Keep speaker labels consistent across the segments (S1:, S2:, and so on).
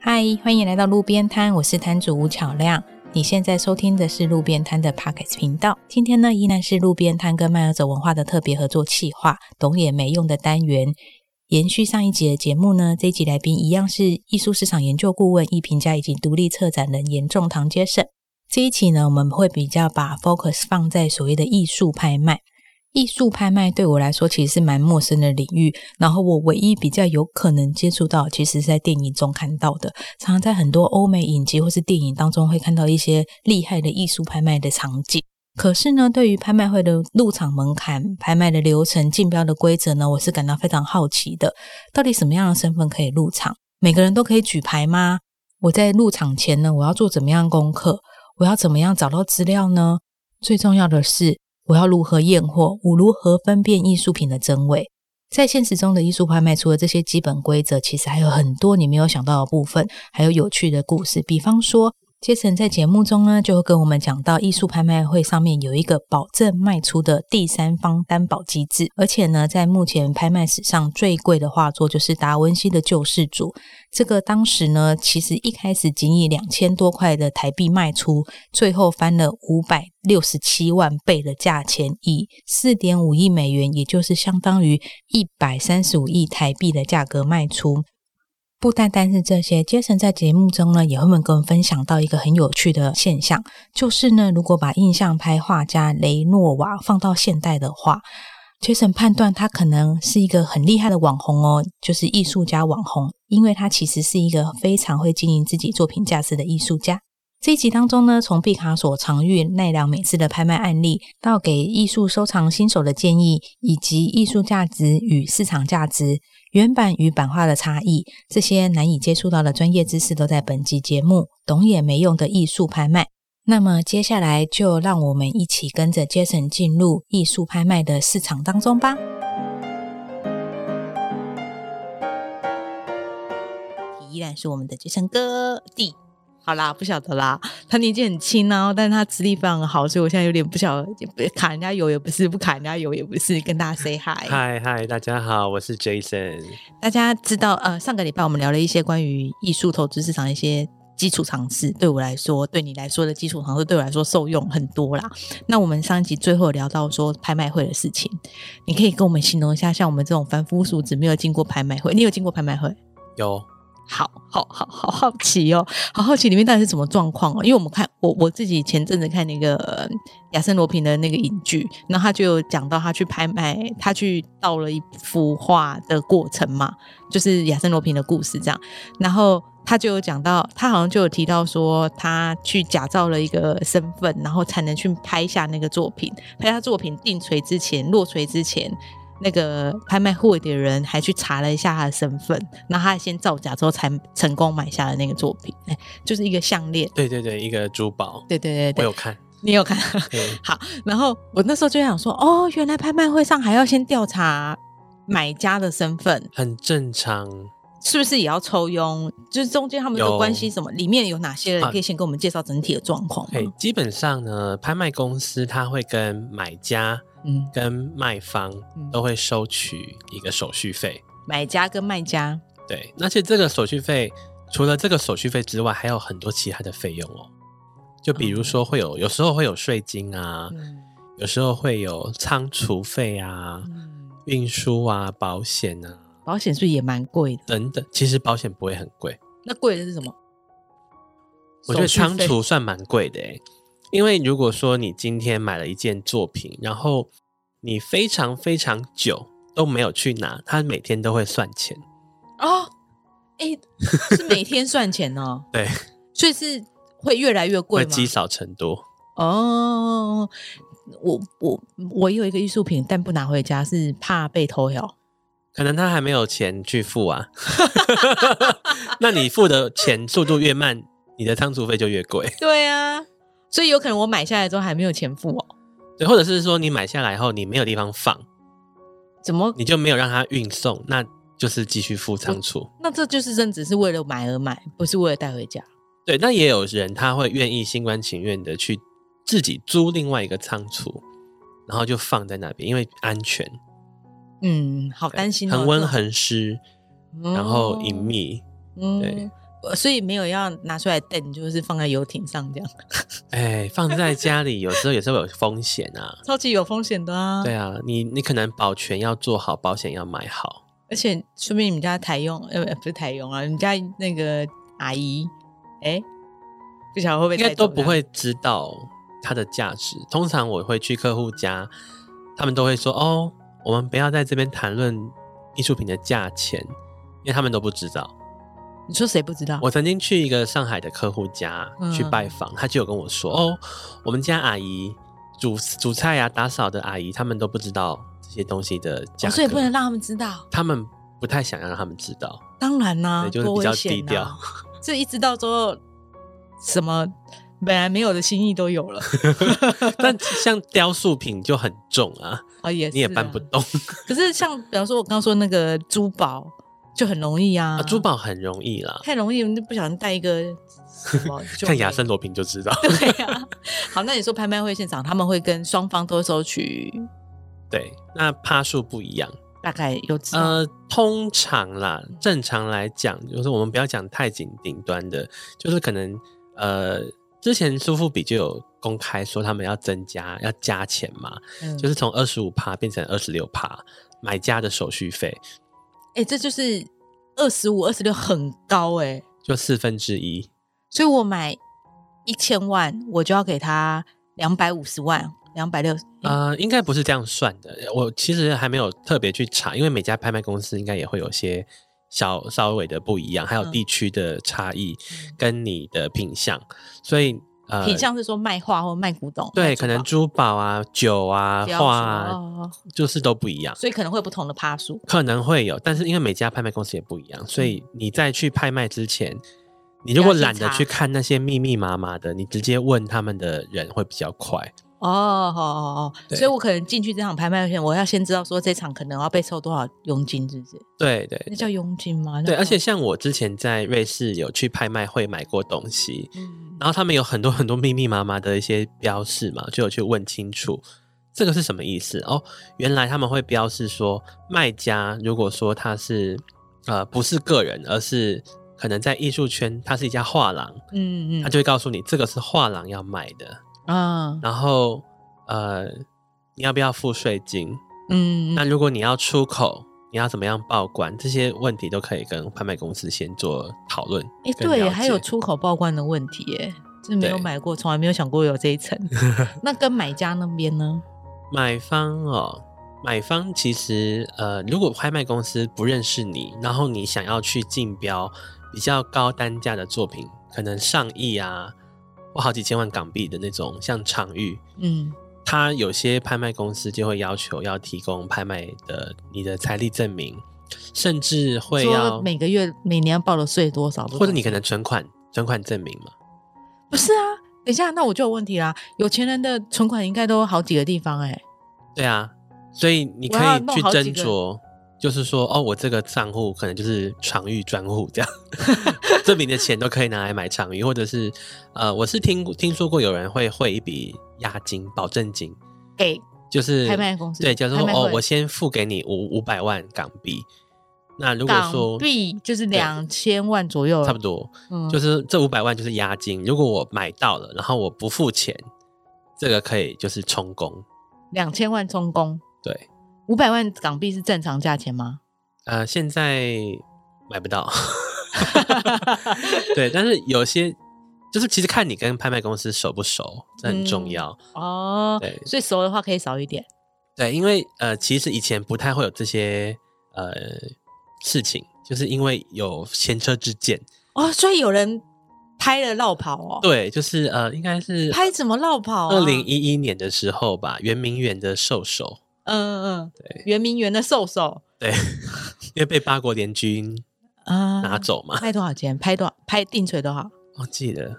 S1: 嗨，欢迎来到路边摊，我是摊主吴巧亮。你现在收听的是路边摊的 Pocket 频道。今天呢，依然是路边摊跟麦尔者文化的特别合作企划“懂也没用”的单元。延续上一集的节目呢，这一集来宾一样是艺术市场研究顾问、艺评家以及独立策展人严仲堂接胜。这一期呢，我们会比较把 focus 放在所谓的艺术拍卖。艺术拍卖对我来说其实是蛮陌生的领域，然后我唯一比较有可能接触到，其实是在电影中看到的。常常在很多欧美影集或是电影当中会看到一些厉害的艺术拍卖的场景。可是呢，对于拍卖会的入场门槛、拍卖的流程、竞标的规则呢，我是感到非常好奇的。到底什么样的身份可以入场？每个人都可以举牌吗？我在入场前呢，我要做怎么样功课？我要怎么样找到资料呢？最重要的是，我要如何验货？我如何分辨艺术品的真伪？在现实中的艺术拍卖，除了这些基本规则，其实还有很多你没有想到的部分，还有有趣的故事。比方说，杰森在节目中呢，就会跟我们讲到，艺术拍卖会上面有一个保证卖出的第三方担保机制，而且呢，在目前拍卖史上最贵的画作就是达文西的《救世主》，这个当时呢，其实一开始仅以两千多块的台币卖出，最后翻了五百六十七万倍的价钱，以四点五亿美元，也就是相当于一百三十五亿台币的价格卖出。不单单是这些，杰森在节目中呢，也会跟我们分享到一个很有趣的现象，就是呢，如果把印象派画家雷诺瓦放到现代的话，杰森判断他可能是一个很厉害的网红哦，就是艺术家网红，因为他其实是一个非常会经营自己作品价值的艺术家。这一集当中呢，从毕卡索常遇奈良美智的拍卖案例，到给艺术收藏新手的建议，以及艺术价值与市场价值、原版与版画的差异，这些难以接触到的专业知识，都在本集节目《懂也没用的艺术拍卖》。那么接下来就让我们一起跟着 Jason 进入艺术拍卖的市场当中吧。依然是我们的 Jason 哥弟。好啦，不晓得啦，他年纪很轻啊，但是他资历非常好，所以我现在有点不晓得，不卡人家油也不是，不卡人家油也不是，跟大家 say hi。
S2: 嗨嗨，大家好，我是 Jason。
S1: 大家知道，呃，上个礼拜我们聊了一些关于艺术投资市场一些基础常识，对我来说，对你来说的基础常识，对我来说受用很多啦。那我们上一集最后聊到说拍卖会的事情，你可以跟我们形容一下，像我们这种凡夫俗子没有经过拍卖会，你有经过拍卖会？
S2: 有
S1: 好好好好好奇哦，好好奇里面到底是什么状况哦？因为我们看我我自己前阵子看那个呃亚森罗平的那个影剧，然后他就有讲到他去拍卖，他去到了一幅画的过程嘛，就是亚森罗平的故事这样。然后他就有讲到，他好像就有提到说，他去假造了一个身份，然后才能去拍下那个作品。拍下作品定锤之前，落锤之前，那个拍卖会的人还去查了一下他的身份，然后他先造假之后才成功买下了那个作品，哎，就是一个项链。
S2: 对对对，一个珠宝，
S1: 对对对
S2: 我
S1: 对，
S2: 有看。
S1: 你有看？
S2: 对
S1: 好，然后我那时候就想说，哦，原来拍卖会上还要先调查买家的身份，
S2: 很正常。
S1: 是不是也要抽佣？就是中间他们的
S2: 有
S1: 关系什么，里面有哪些人，
S2: 啊
S1: 可以先给我们介绍整体的状况吗
S2: 哎、？基本上呢，拍卖公司它会跟买家
S1: 嗯，
S2: 跟卖方
S1: 嗯
S2: 都会收取一个手续费。
S1: 买家跟卖 家，
S2: 对，而且这个手续费，除了这个手续费之外，还有很多其他的费用哦。就比如说会有，有时候会有税金啊，
S1: 嗯
S2: 有时候会有仓储费啊、
S1: 嗯，
S2: 运输啊、保险啊
S1: 保险是不是也蛮贵的？
S2: 等等。其实保险不会很贵，
S1: 那贵的是什么？
S2: 我觉得
S1: 手续
S2: 仓
S1: 费
S2: 储算蛮贵的诶，因为如果说你今天买了一件作品，然后你非常非常久都没有去拿，他每天都会算钱。，
S1: 哦，哎、是每天算钱哦
S2: 对，
S1: 所以是会越来越贵
S2: 会
S1: 吗？
S2: 积少成多。
S1: 哦，我我我有一个艺术品，但不拿回家是怕被偷咬。
S2: 可能他还没有钱去付啊， 那你付的钱速度越慢，你的仓储费就越贵。
S1: 对啊，所以有可能我买下来之后还没有钱付哦。
S2: 对，或者是说你买下来后你没有地方放，
S1: 怎么？
S2: 你就没有让它运送，那就是继续付仓储。
S1: 那这就是真只是为了买而买，不是为了带回家。
S2: 对，那也有人他会愿意心甘情愿的去自己租另外一个仓储，然后就放在那边，因为安全，
S1: 嗯，好担心、哦，哦
S2: 恒温、恒湿，
S1: 这种
S2: 然后隐，秘。
S1: 嗯
S2: 对
S1: 呃所以没有要拿出来瞪，就是放在游艇上这样，
S2: 哎，放在家里有时候也是会有风险啊。
S1: 超级有风险的啊。
S2: 对啊，你你可能保全要做好，保险要买好。
S1: 而且说明你们家台用，呃，不是台用啊，你们家那个阿姨，哎、不晓得会不会
S2: 应该
S1: 带走
S2: 都不
S1: 这样。
S2: 会知道它的价值。通常我会去客户家，他们都会说：“哦，我们不要在这边谈论艺术品的价钱，因为他们都不知道。
S1: 你说谁不知道？”
S2: 我曾经去一个上海的客户家
S1: 嗯
S2: 去拜访，他就有跟我说：“哦，我们家阿姨煮煮菜啊、打扫的阿姨，他们都不知道这些东西的价
S1: 哦
S2: 格，
S1: 所以不能让他们知道。
S2: 他们不太想让他们知道。
S1: 当然啦、
S2: 对就是
S1: 多
S2: 比
S1: 危
S2: 较
S1: 险
S2: 低调
S1: 啊。这一知道之后，什么本来没有的心意都有 了。
S2: 但像雕塑品就很重啊，
S1: 啊，也是
S2: 你也搬不
S1: 啊。
S2: 动。
S1: 可是像比方说，我刚刚说那个珠宝就很容易啊，
S2: 啊，珠宝很容易啦，
S1: 太容易，你就不小心带一个什 么就
S2: 看
S1: 没
S2: 亚森罗平就知道。
S1: 对啊，好，那你说拍卖会现场他们会跟双方都收取
S2: 对，那趴数不一样。
S1: 大概有知道、
S2: 呃，通常啦，正常来讲，就是我们不要讲太紧顶端的，就是可能呃，之前苏富比就有公开说他们要增加要加钱嘛，
S1: 嗯
S2: 就是从二十五趴变成二十六趴，买家的手续费
S1: 哎、这就是二十五、二十六很高哎、
S2: 就四分之一。
S1: 所以我买一千万，我就要给他两百五十万、两百六
S2: 呃，应该不是这样算的。我其实还没有特别去查，因为每家拍卖公司应该也会有些小稍微的不一样，还有
S1: 嗯
S2: 地区的差异、跟你的品相，所以呃，
S1: 品相是说卖画或卖古董，卖
S2: 对，
S1: 珠
S2: 可能
S1: 宝
S2: 珠宝啊、酒啊、
S1: 不要
S2: 画
S1: 说
S2: 啊，
S1: 哦
S2: 就是都不一样，
S1: 所以可能会有不同的趴数。
S2: 可能会有，但是因为每家拍卖公司也不一样，所以你在去拍卖之前。你如
S1: 嗯
S2: 果
S1: 要先
S2: 懒得
S1: 查
S2: 去看那些密密麻麻的，你直接问他们的人会比较快。
S1: 哦，好好好，
S2: 对
S1: 所以我可能进去这场拍卖会前，我要先知道说这场可能要被收多少佣金，是不是？
S2: 对对
S1: 那叫佣金吗？那
S2: 对，
S1: 叫
S2: 而且像我之前在瑞士有去拍卖会买过东西，
S1: 嗯，
S2: 然后他们有很多很多密密麻麻的一些标示嘛，就有去问清楚这个是什么意思哦。原来他们会标示说，卖家如果说他是呃不是个人，而是可能在艺术圈他是一家画廊，
S1: 嗯
S2: 他
S1: 嗯
S2: 就会告诉你这个是画廊要卖的，
S1: 啊
S2: 然后呃你要不要付税金？
S1: 嗯，
S2: 那如果你要出口，你要怎么样报关？这些问题都可以跟拍卖公司先做讨论。
S1: 哎，
S2: 跟
S1: 对，
S2: 了
S1: 还有
S2: 解
S1: 出口报关的问题耶，这没有
S2: 对
S1: 买过，从来没有想过有这一 层。那跟买家那边呢？
S2: 买方哦，买方其实呃，如果拍卖公司不认识你，然后你想要去竞标比较高单价的作品，可能上亿啊，或好几千万港币的那种，像场域。
S1: 嗯，
S2: 它有些拍卖公司就会要求要提供拍卖的你的财力证明，甚至会要
S1: 说每个月每年报的税多少？
S2: 或者你可能存款存款证明嘛，
S1: 不是啊？等一下，那我就有问题啦。有钱人的存款应该都好几个地方哎，
S2: 对啊，所以你可
S1: 我要
S2: 以
S1: 弄
S2: 去
S1: 好几
S2: 斟
S1: 个
S2: 酌，就是说，哦，我这个账户可能就是常遇专 户这样，这笔的钱都可以拿来买常遇，或者是呃，我是听听说过有人会汇一笔押金、保证金，哎
S1: 给
S2: 就是
S1: 拍卖公司
S2: 对，就是
S1: 拍
S2: 说
S1: 卖
S2: 哦，
S1: 会
S2: 我先付给你五五百万港币，那如果
S1: 港
S2: 说
S1: 币就是
S2: 对
S1: 两千万左右，
S2: 差不，多，
S1: 嗯
S2: 就是这五百万就是押金，如果我买到了，然后我不付钱，这个可以就是充公，
S1: 两千万充公，
S2: 对，
S1: 五百万港币是正常价钱吗？
S2: 呃，现在买 不到。对，但是有些就是其实看你跟拍卖公司熟不熟，这很重要。
S1: 嗯哦，
S2: 对
S1: 所以熟的话可以少一点。
S2: 对，因为呃，其实以前不太会有这些呃事情，就是因为有前车之鉴。
S1: 哦，所以有人拍了绕跑哦，
S2: 对，就是呃，应该是
S1: 拍怎么绕跑、啊？
S2: 二零，一一年的时候吧，圆明园的兽首，
S1: 嗯嗯，
S2: 对
S1: 圆明园的兽首
S2: 对， 因为被八国联军
S1: 啊，
S2: 拿走嘛，
S1: 拍多少钱？拍多少？拍定锤多少？
S2: 忘记了，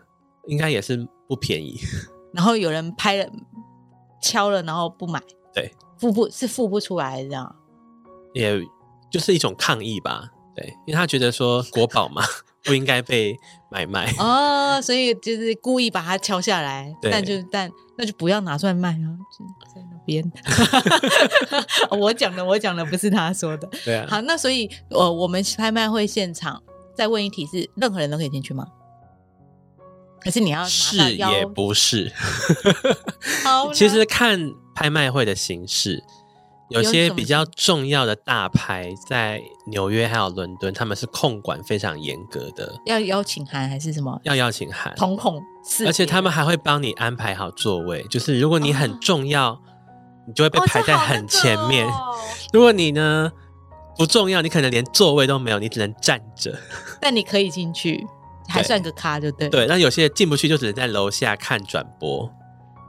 S2: 应该也是不便宜。
S1: 然后有人拍了，敲了，然后不买，
S2: 对，
S1: 付不是付不出来这 样。
S2: 也就是一种抗议吧。对，因为他觉得 说国宝嘛不应该被买卖。
S1: 哦，所以就是故意把它敲下来，
S2: 对
S1: 但就但那就不要拿出来卖啊，就在那 边。 我讲的，我讲的不是他说的。
S2: 对啊，
S1: 好，那所以呃，我们拍卖会现场再问一题是，任何人都可以进去吗？可是你要拿到
S2: 是
S1: 邀
S2: 也不是。
S1: 好啦，
S2: 其实看拍卖会的形式，有
S1: 有
S2: 些
S1: 什么
S2: 比较重要的大牌在纽约还有伦敦，他们是控管非常严格的，
S1: 要邀请函还是什么
S2: 要邀请函，
S1: 瞳孔刺激，
S2: 而且他们还会帮你安排好座位。就是如果你很重要，你就会被
S1: 哦
S2: 排
S1: 这
S2: 在
S1: 好那
S2: 很
S1: 个
S2: 前面；
S1: 哦
S2: 如果你呢不重要，你可能连座位都没有，你只能站着。
S1: 但你可以进去，还算个咖，就对。，
S2: 对，那有些进不去就只能在楼下看转播。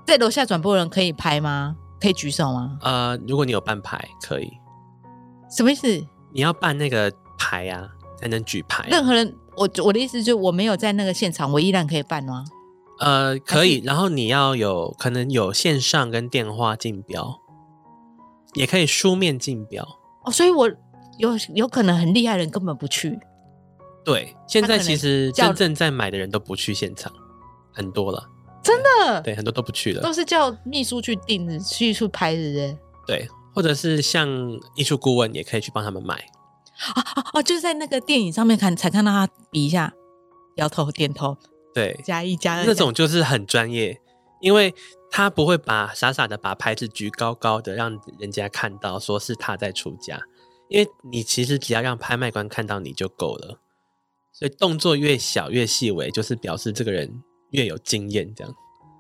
S1: 在楼下转播的人可以拍吗？可以举手吗？
S2: 呃，如果你有办牌，可以。
S1: 什么意思？
S2: 你要办那个牌啊，才能举牌啊、
S1: 任何人，我我的意思就是我没有在那个现场，我依然可以办吗？
S2: 呃，可以
S1: 还，
S2: 然后你要有可能有线上跟电话竞标，也可以书面竞标。
S1: 哦，所以我有有可能很厉害的人根本不去，
S2: 对，现
S1: 他可
S2: 在
S1: 能
S2: 其实
S1: 叫
S2: 真正在买的人都不去现场，很多了，
S1: 那
S2: 对，很多都不去了
S1: 都，是叫秘书去定的，去去拍的人
S2: 对，或者是像艺术顾问也可以去帮他们买，
S1: 啊啊啊！就是在那个电影上面看才看到他比一下，摇头点头，
S2: 嗯对，
S1: 加一加二
S2: 那种就是很专业，因为他不会把傻傻的把牌子举高高的，让人家看到说是他在出价，因为你其实只要让拍卖官看到你就够了，所以动作越小越细微，就是表示这个人越有经验这样。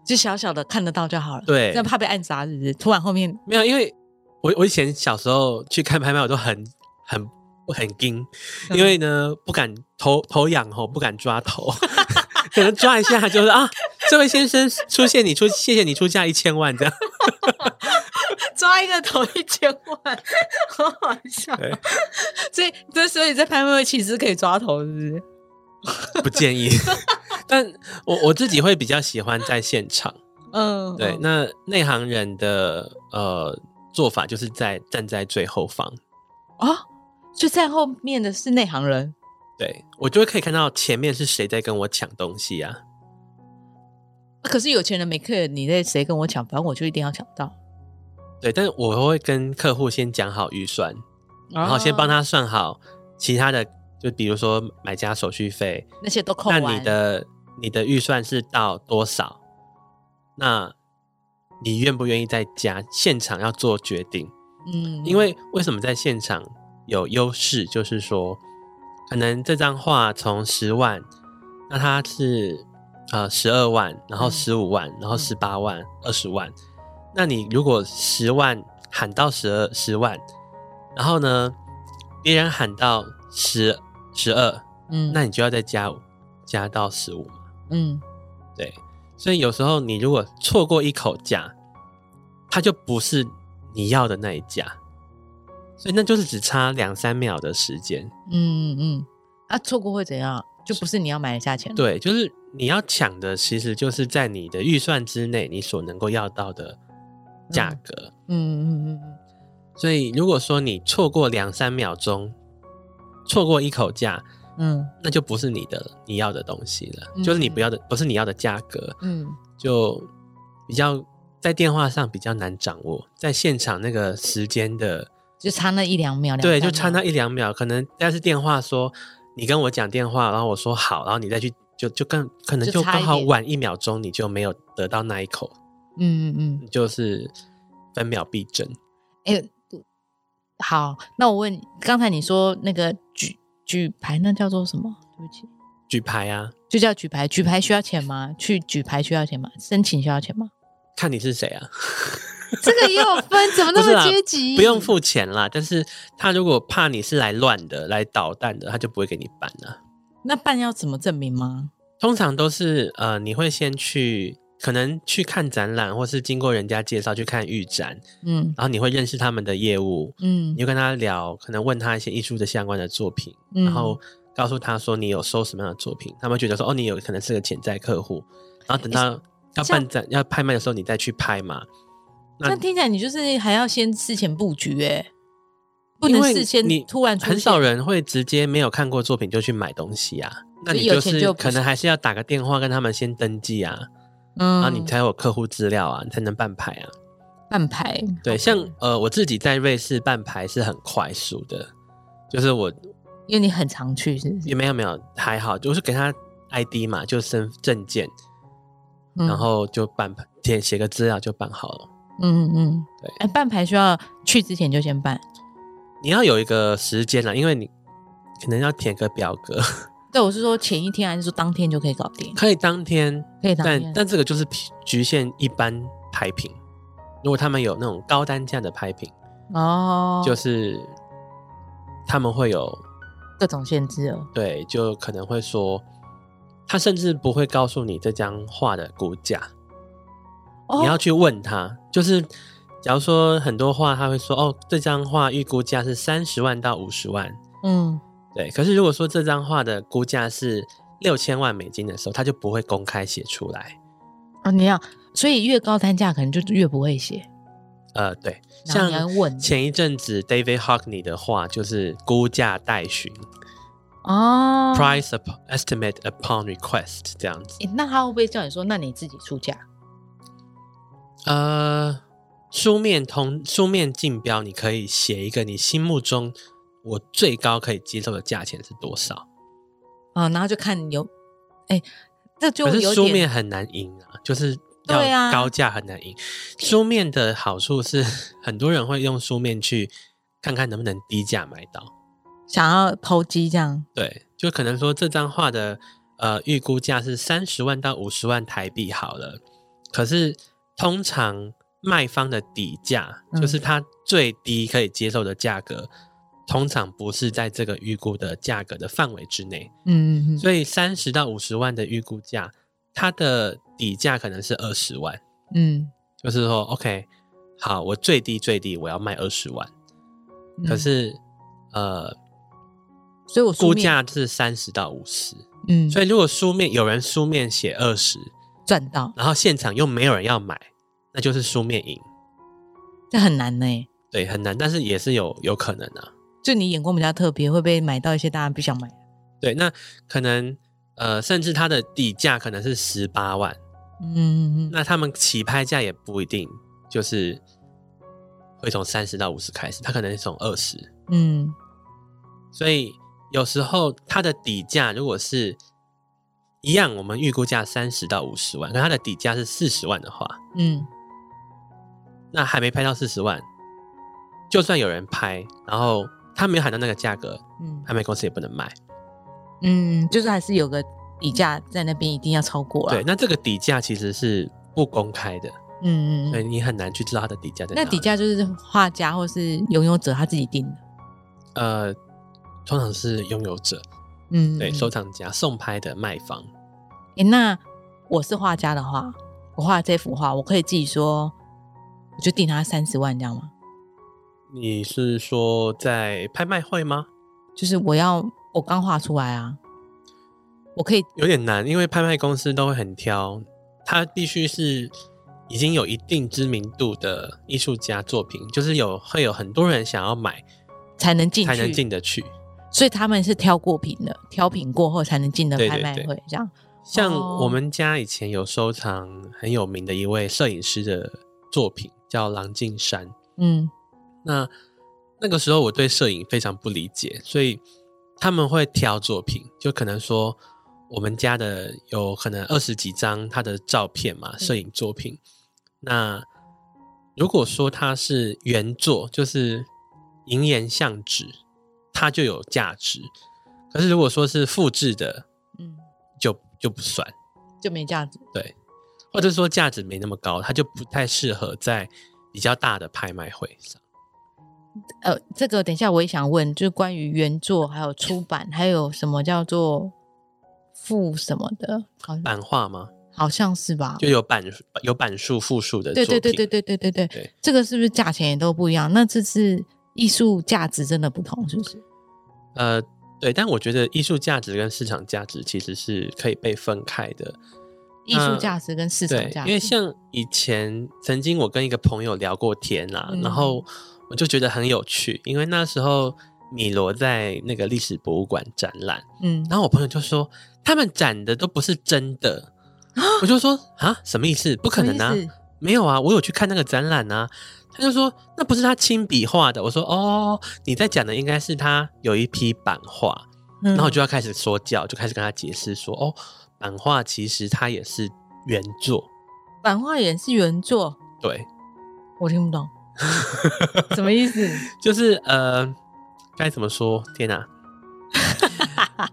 S1: 就小小的看得到就好了。
S2: 对
S1: 那怕被暗杀是不是？突然后面
S2: 没有，因为我我以前小时候去看拍卖，我都很很很惊，因为呢不敢头头痒吼，不敢抓头， 可能抓一下就是啊，这位先生出现你出，谢谢你出价一千万这样。
S1: 抓一个头一千万， 好好笑
S2: 对。
S1: 所以，这所以在拍卖会其实可以抓头，是不是？
S2: 不建议。 但我我自己会比较喜欢在现场。
S1: 嗯，
S2: 对，
S1: 嗯
S2: 那内行人的呃做法就是在站在最后方。
S1: 哦，就在后面的是内行人，
S2: 对我就会可以看到前面是谁在跟我抢东西啊。
S1: 啊可是有钱人没客，你在谁跟我抢，反正我就一定要抢到。
S2: 对，但我会跟客户先讲好预算，然
S1: 然
S2: 后先帮他算好其他的，就比如说买家手续费，
S1: 那些都扣
S2: 那
S1: 完。
S2: 你的你的预算是到多少？那你愿不愿意在家现场要做决定？
S1: 嗯
S2: 因为为什么在现场有优势，就是说，可能这张画从十万，那它是呃十二万，然后
S1: 嗯
S2: 十五万，然后
S1: 嗯
S2: 十八万、二十万。那你如果十万喊到十二十万，然后呢，别人喊到十十二，
S1: 嗯
S2: 那你就要再加加到十五嘛。
S1: 嗯
S2: 对，所以有时候你如果错过一口价，它就不是你要的那一价，所以那就是只差两三秒的时间。
S1: 嗯嗯，啊，错过会怎样？就不是你要买的价钱。，
S2: 对，就是你要抢的，其实就是在你的预算之内，你所能够要到的价
S1: 嗯
S2: 格。
S1: 嗯嗯嗯嗯，
S2: 所以如果说你错过两三秒钟，错过一口价，
S1: 嗯
S2: 那就不是你的你要的东西了，
S1: 嗯
S2: 就是你
S1: 嗯
S2: 不要的，不是你要的价格。
S1: 嗯，
S2: 就比较在电话上比较难掌握，在现场那个时间的，
S1: 就差那一两秒，
S2: 对，
S1: 两三
S2: 就差
S1: 秒
S2: 那一两秒，可能但是电话说你跟我讲电话，然后我说好，然后你再去就就更可能
S1: 就
S2: 就
S1: 差
S2: 刚
S1: 一
S2: 好
S1: 点
S2: 晚一秒钟，你就没有得到那一口，
S1: 嗯嗯嗯。
S2: 你就是分秒必争。
S1: 哎、好，那我问你，刚才你说那个举举牌，那叫做什么？对不起，
S2: 举牌啊，
S1: 就叫举牌。举牌需要钱吗？去举牌需要钱吗？申请需要钱吗？
S2: 看你是谁啊，
S1: 这个也有分，怎么那
S2: 不是
S1: 么
S2: 啦
S1: 阶级？
S2: 不用付钱啦。但是他如果怕你是来乱的、来捣蛋的，他就不会给你办啊了、
S1: 那办要怎么证明吗？
S2: 通常都是呃，你会先去可能去看展览，或是经过人家介绍去看预展，
S1: 嗯
S2: 然后你会认识他们的业务，
S1: 嗯
S2: 你就跟他聊，可能问他一些艺术的相关的作品，
S1: 嗯
S2: 然后告诉他说你有收什么样的作品，他们会觉得说哦，你有可能是个潜在客户，然后等到要办展要拍卖的时候，你再去拍嘛。
S1: 这样听起来你就是还要先事前布局、哎，不
S2: 因
S1: 能
S2: 为
S1: 事先
S2: 你
S1: 突然出
S2: 很
S1: 现
S2: 少人会直接没有看过作品就去买东西啊。那
S1: 所以
S2: 你
S1: 有
S2: 就
S1: 钱
S2: 是
S1: 就不
S2: 可
S1: 是
S2: 能还是要打个电话跟他们先登记啊，
S1: 嗯，
S2: 然后你才有客户资料啊，你才能办牌啊。
S1: 办牌，
S2: 对，像呃，我自己在瑞士办牌是很快速的，就是我
S1: 因为你很常去，是不是？
S2: 也没有没有，还好，就是给他 ID 嘛，就身证件，
S1: 嗯
S2: 然后就办填写个资料就办好了。
S1: 嗯嗯嗯，
S2: 对
S1: 哎，办牌需要去之前就先办。
S2: 你要有一个时间啦，因为你可能要填个表格，
S1: 对，我是说前一天还是说当天就可以搞定？
S2: 可以当天，
S1: 可以当
S2: 但
S1: 天。
S2: 但这个就是匹局限一般拍品。如果他们有那种高单价的拍品，
S1: 哦，
S2: 就是他们会有
S1: 各种限制哦。
S2: 对，就可能会说，他甚至不会告诉你这张画的估价，
S1: 哦
S2: 你要去问他。就是假如说很多画，他会说哦，这张画预估价是三十万到五十万，
S1: 嗯，
S2: 对。可是如果说这张画的估价是六千万美金的时候，他就不会公开写出来。
S1: 啊，你要，所以越高单价可能就越不会写，
S2: 呃，对，
S1: 然后你要
S2: 像
S1: 问
S2: 前一阵子 David Hockney 的画就是估价待询、
S1: 哦
S2: p。r i c e estimate upon request” 这样子。
S1: 诶那他会不会叫你说，那你自己出价？
S2: 呃，书面通书面竞标，你可以写一个你心目中我最高可以接受的价钱是多少，
S1: 啊、然后就看有，哎、这就
S2: 可是
S1: 有
S2: 书
S1: 点
S2: 面很难赢啊，就是
S1: 对啊
S2: 要高价很难赢。书面的好处是， 很多人会用书面去看看能不能低价买到，
S1: 想要投机这样。
S2: 对，就可能说这张画的呃预估价是三十万到五十万台币好了，可是通常卖方的底价
S1: 嗯
S2: 就是他最低可以接受的价格，通常不是在这个预估的价格的范围之内，
S1: 嗯嗯
S2: 所以三十到五十万的预估价，它的底价可能是二十万，
S1: 嗯
S2: 就是说 OK，好，我最低最低我要卖二十万，
S1: 嗯。
S2: 可，是呃
S1: 所以我书
S2: 估
S1: 面，
S2: 价是三十到五十。
S1: 嗯，
S2: 所以如果书面有人书面写二十，
S1: 赚到，
S2: 然后现场又没有人要买，那就是书面赢。
S1: 这很难呢、
S2: 对，很难，但是也是有有可能啊。
S1: 就你眼光比较特别，会被买到一些大家不想买的。
S2: 对，那可能呃，甚至它的底价可能是十八万，
S1: 嗯嗯嗯，
S2: 那他们起拍价也不一定就是会从三十到五十开始，它可能是从二十。
S1: 嗯，
S2: 所以有时候它的底价如果是一样，我们预估价三十到五十万，可它的底价是四十万的话，
S1: 嗯，
S2: 那还没拍到四十万，就算有人拍，然后他没有喊到那个价格，
S1: 嗯，
S2: 拍卖公司也不能卖。
S1: 嗯，就是还是有个底价在那边，一定要超过啊了。
S2: 对，，那这个底价其实是不公开的，
S1: 嗯嗯
S2: 所以
S1: 嗯。
S2: 你很难去知道它的底价在哪
S1: 那
S2: 里。
S1: 底价就是画家或是拥有者他自己定的。
S2: 呃，通常是拥有者，
S1: 嗯，
S2: 对，
S1: 嗯
S2: 收藏家送拍的卖方，
S1: 诶那我是画家的话，我画这幅画，我可以自己说，我就定他三十万，这样吗？
S2: 你是说在拍卖会吗？
S1: 就是我要我刚画出来啊，我可以，
S2: 有点难，因为拍卖公司都会很挑，它必须是已经有一定知名度的艺术家作品，就是有会有很多人想要买
S1: 才能进
S2: 才
S1: 去，
S2: 能进得去。
S1: 所以他们是挑过品的，挑品过后才能进的
S2: 对
S1: 拍
S2: 对
S1: 卖会，
S2: 对
S1: 这样。
S2: 像
S1: 哦
S2: 我们家以前有收藏很有名的一位摄影师的作品，叫郎静山。
S1: 嗯
S2: 那那个时候我对摄影非常不理解，所以他们会挑作品，就可能说我们家的有可能二十几张他的照片嘛，摄影作品。那如果说它是原作，就是银岩相纸，它就有价值。可是如果说是复制的，
S1: 嗯，
S2: 就就不算。
S1: 就没价值。
S2: 对，或者说价值没那么高，它就不太适合在比较大的拍卖会上。
S1: 呃，这个等一下我也想问，就是关于原作、还有出版，还有什么叫做附什么的，好
S2: 版画吗？
S1: 好像是吧？
S2: 啊就有版有版数复数的
S1: 对
S2: 作
S1: 对
S2: 品，
S1: 对对对对对对，
S2: 对
S1: 这个是不是价钱也都不一样？那这是艺术价值真的不同，是不是？
S2: 呃对，但我觉得艺术价值跟市场价值其实是可以被分开的。
S1: 艺术价值跟市场
S2: 嗯对
S1: 价，值，
S2: 因为像以前曾经我跟一个朋友聊过天啦、
S1: 嗯
S2: 然后我就觉得很有趣，因为那时候米罗在那个历史博物馆展览，
S1: 嗯
S2: 然后我朋友就说他们展的都不是真的，我就说啊什么意思？不可能啊
S1: 什么意，思
S2: 没有啊，我有去看那个展览啊，他就说那不是他亲笔画的。我说哦，你在讲的应该是他有一批版画，
S1: 然
S2: 然后我就要开始说教，就开始跟他解释说哦，版画其实它也是原作，
S1: 版画也是原作，
S2: 对，
S1: 我听不 懂，什么意思？
S2: 就是呃，该怎么说？天哪、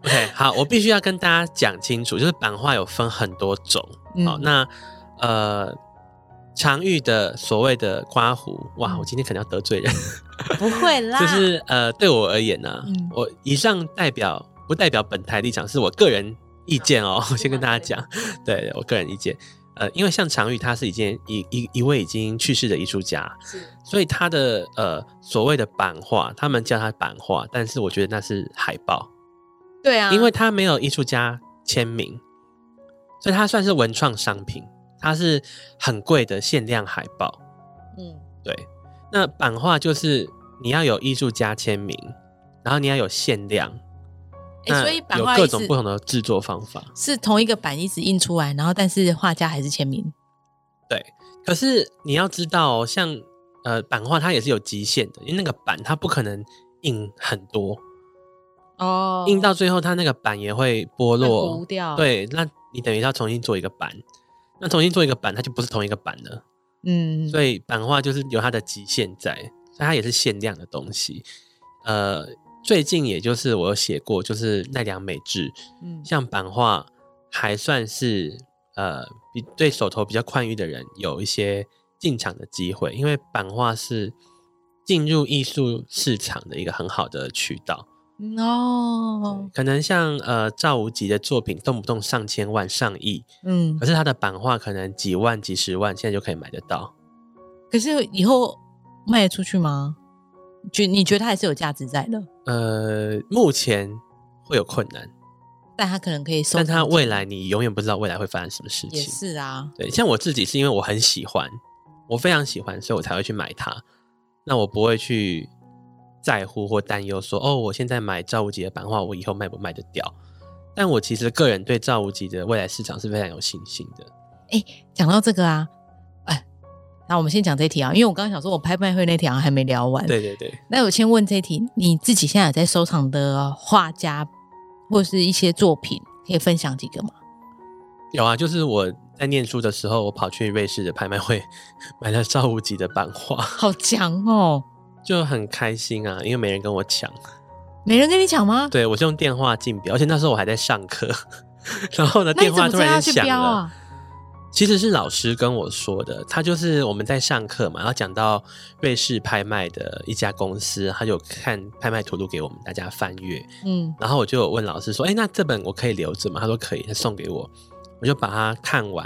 S2: OK，好，我必须要跟大家讲清楚，就是版画有分很多种。
S1: 嗯
S2: 好，那呃，常遇的所谓的刮胡，哇，
S1: 嗯
S2: 我今天可能要得罪人，
S1: 不会啦，
S2: 就是呃，对我而言呢、
S1: 嗯
S2: 我以上代表不代表本台立场，是我个人意见哦。我先跟大家讲，对我个人意见，呃，因为像常玉他是一件一一一位已经去世的艺术家，所以他的呃所谓的版画，他们叫他版画，但是我觉得那是海报，
S1: 对啊，
S2: 因为他没有艺术家签名，所以他算是文创商品，它是很贵的限量海报。
S1: 嗯
S2: 对，那版画就是你要有艺术家签名，然后你要有限量，
S1: 诶
S2: 那
S1: 所以版
S2: 有
S1: 画
S2: 各
S1: 一
S2: 种
S1: 直
S2: 不同的制作方法。
S1: 是同一个版一直印出来，然后但是画家还是签名，
S2: 可是你要知道、哦，像呃版画它也是有极限的，因为那个版它不可能印很多，
S1: 哦
S2: 印到最后它那个版也会剥
S1: 会
S2: 落
S1: 糊。掉，，
S2: 对，那你等于要重新做一个版，那重新做一个版，它就不是同一个版了。
S1: 嗯，
S2: 所以版画就是有它的极限在，所以它也是限量的东西。呃，最近也就是我有写过，就是奈良美智，
S1: 嗯
S2: 像版画还算是呃比对手头比较宽裕的人有一些进场的机会，因为版画是进入艺术市场的一个很好的渠道。
S1: 嗯哦，
S2: 可能像呃赵无极的作品，动不动上千万、上亿，
S1: 嗯
S2: 可，是他的版画可能几万、几十万，现在就可以买得到。
S1: 可是以后卖得出去吗？觉你觉得它还是有价值在的，
S2: 呃，目前会有困难，
S1: 但它可能可以收藏
S2: 但
S1: 起，
S2: 它未来你永远不知道未来会发生什么事
S1: 也
S2: 情。
S1: 是啊，
S2: 对，像我自己是因为我很喜欢，我非常喜欢，所以我才会去买它。那我不会去在乎或担忧说，哦，我现在买赵无极的版画，我以后卖不卖得掉？但我其实个人对赵无极的未来市场是非常有信心的。
S1: 讲到这个啊，哎，那我们先讲这题啊，因为我刚刚想说，我拍卖会那题好像还没聊完。，
S2: 对对对，
S1: 那我先问这题，你自己现在有在收藏的画家或是一些作品，可以分享几个吗？
S2: 有啊，就是我在念书的时候，我跑去瑞士的拍卖会 买了赵无极的版画，
S1: 好强哦！
S2: 就很开心啊，因为没人跟我抢。
S1: 没人跟你讲吗？
S2: 对我是用电话竞标，而且那时候我还在上课，然后呢，
S1: 那你
S2: 电
S1: 怎么
S2: 话
S1: 知
S2: 突
S1: 道要
S2: 然
S1: 去
S2: 间响
S1: 标
S2: 了。
S1: 啊？
S2: 其实是老师跟我说的，他就是我们在上课嘛，然后讲到瑞士拍卖的一家公司，他就看拍卖图录给我们大家翻阅，
S1: 嗯
S2: 然后我就有问老师说：“哎，那这本我可以留着吗？”他说：“可以，他送给我。”我就把它看完，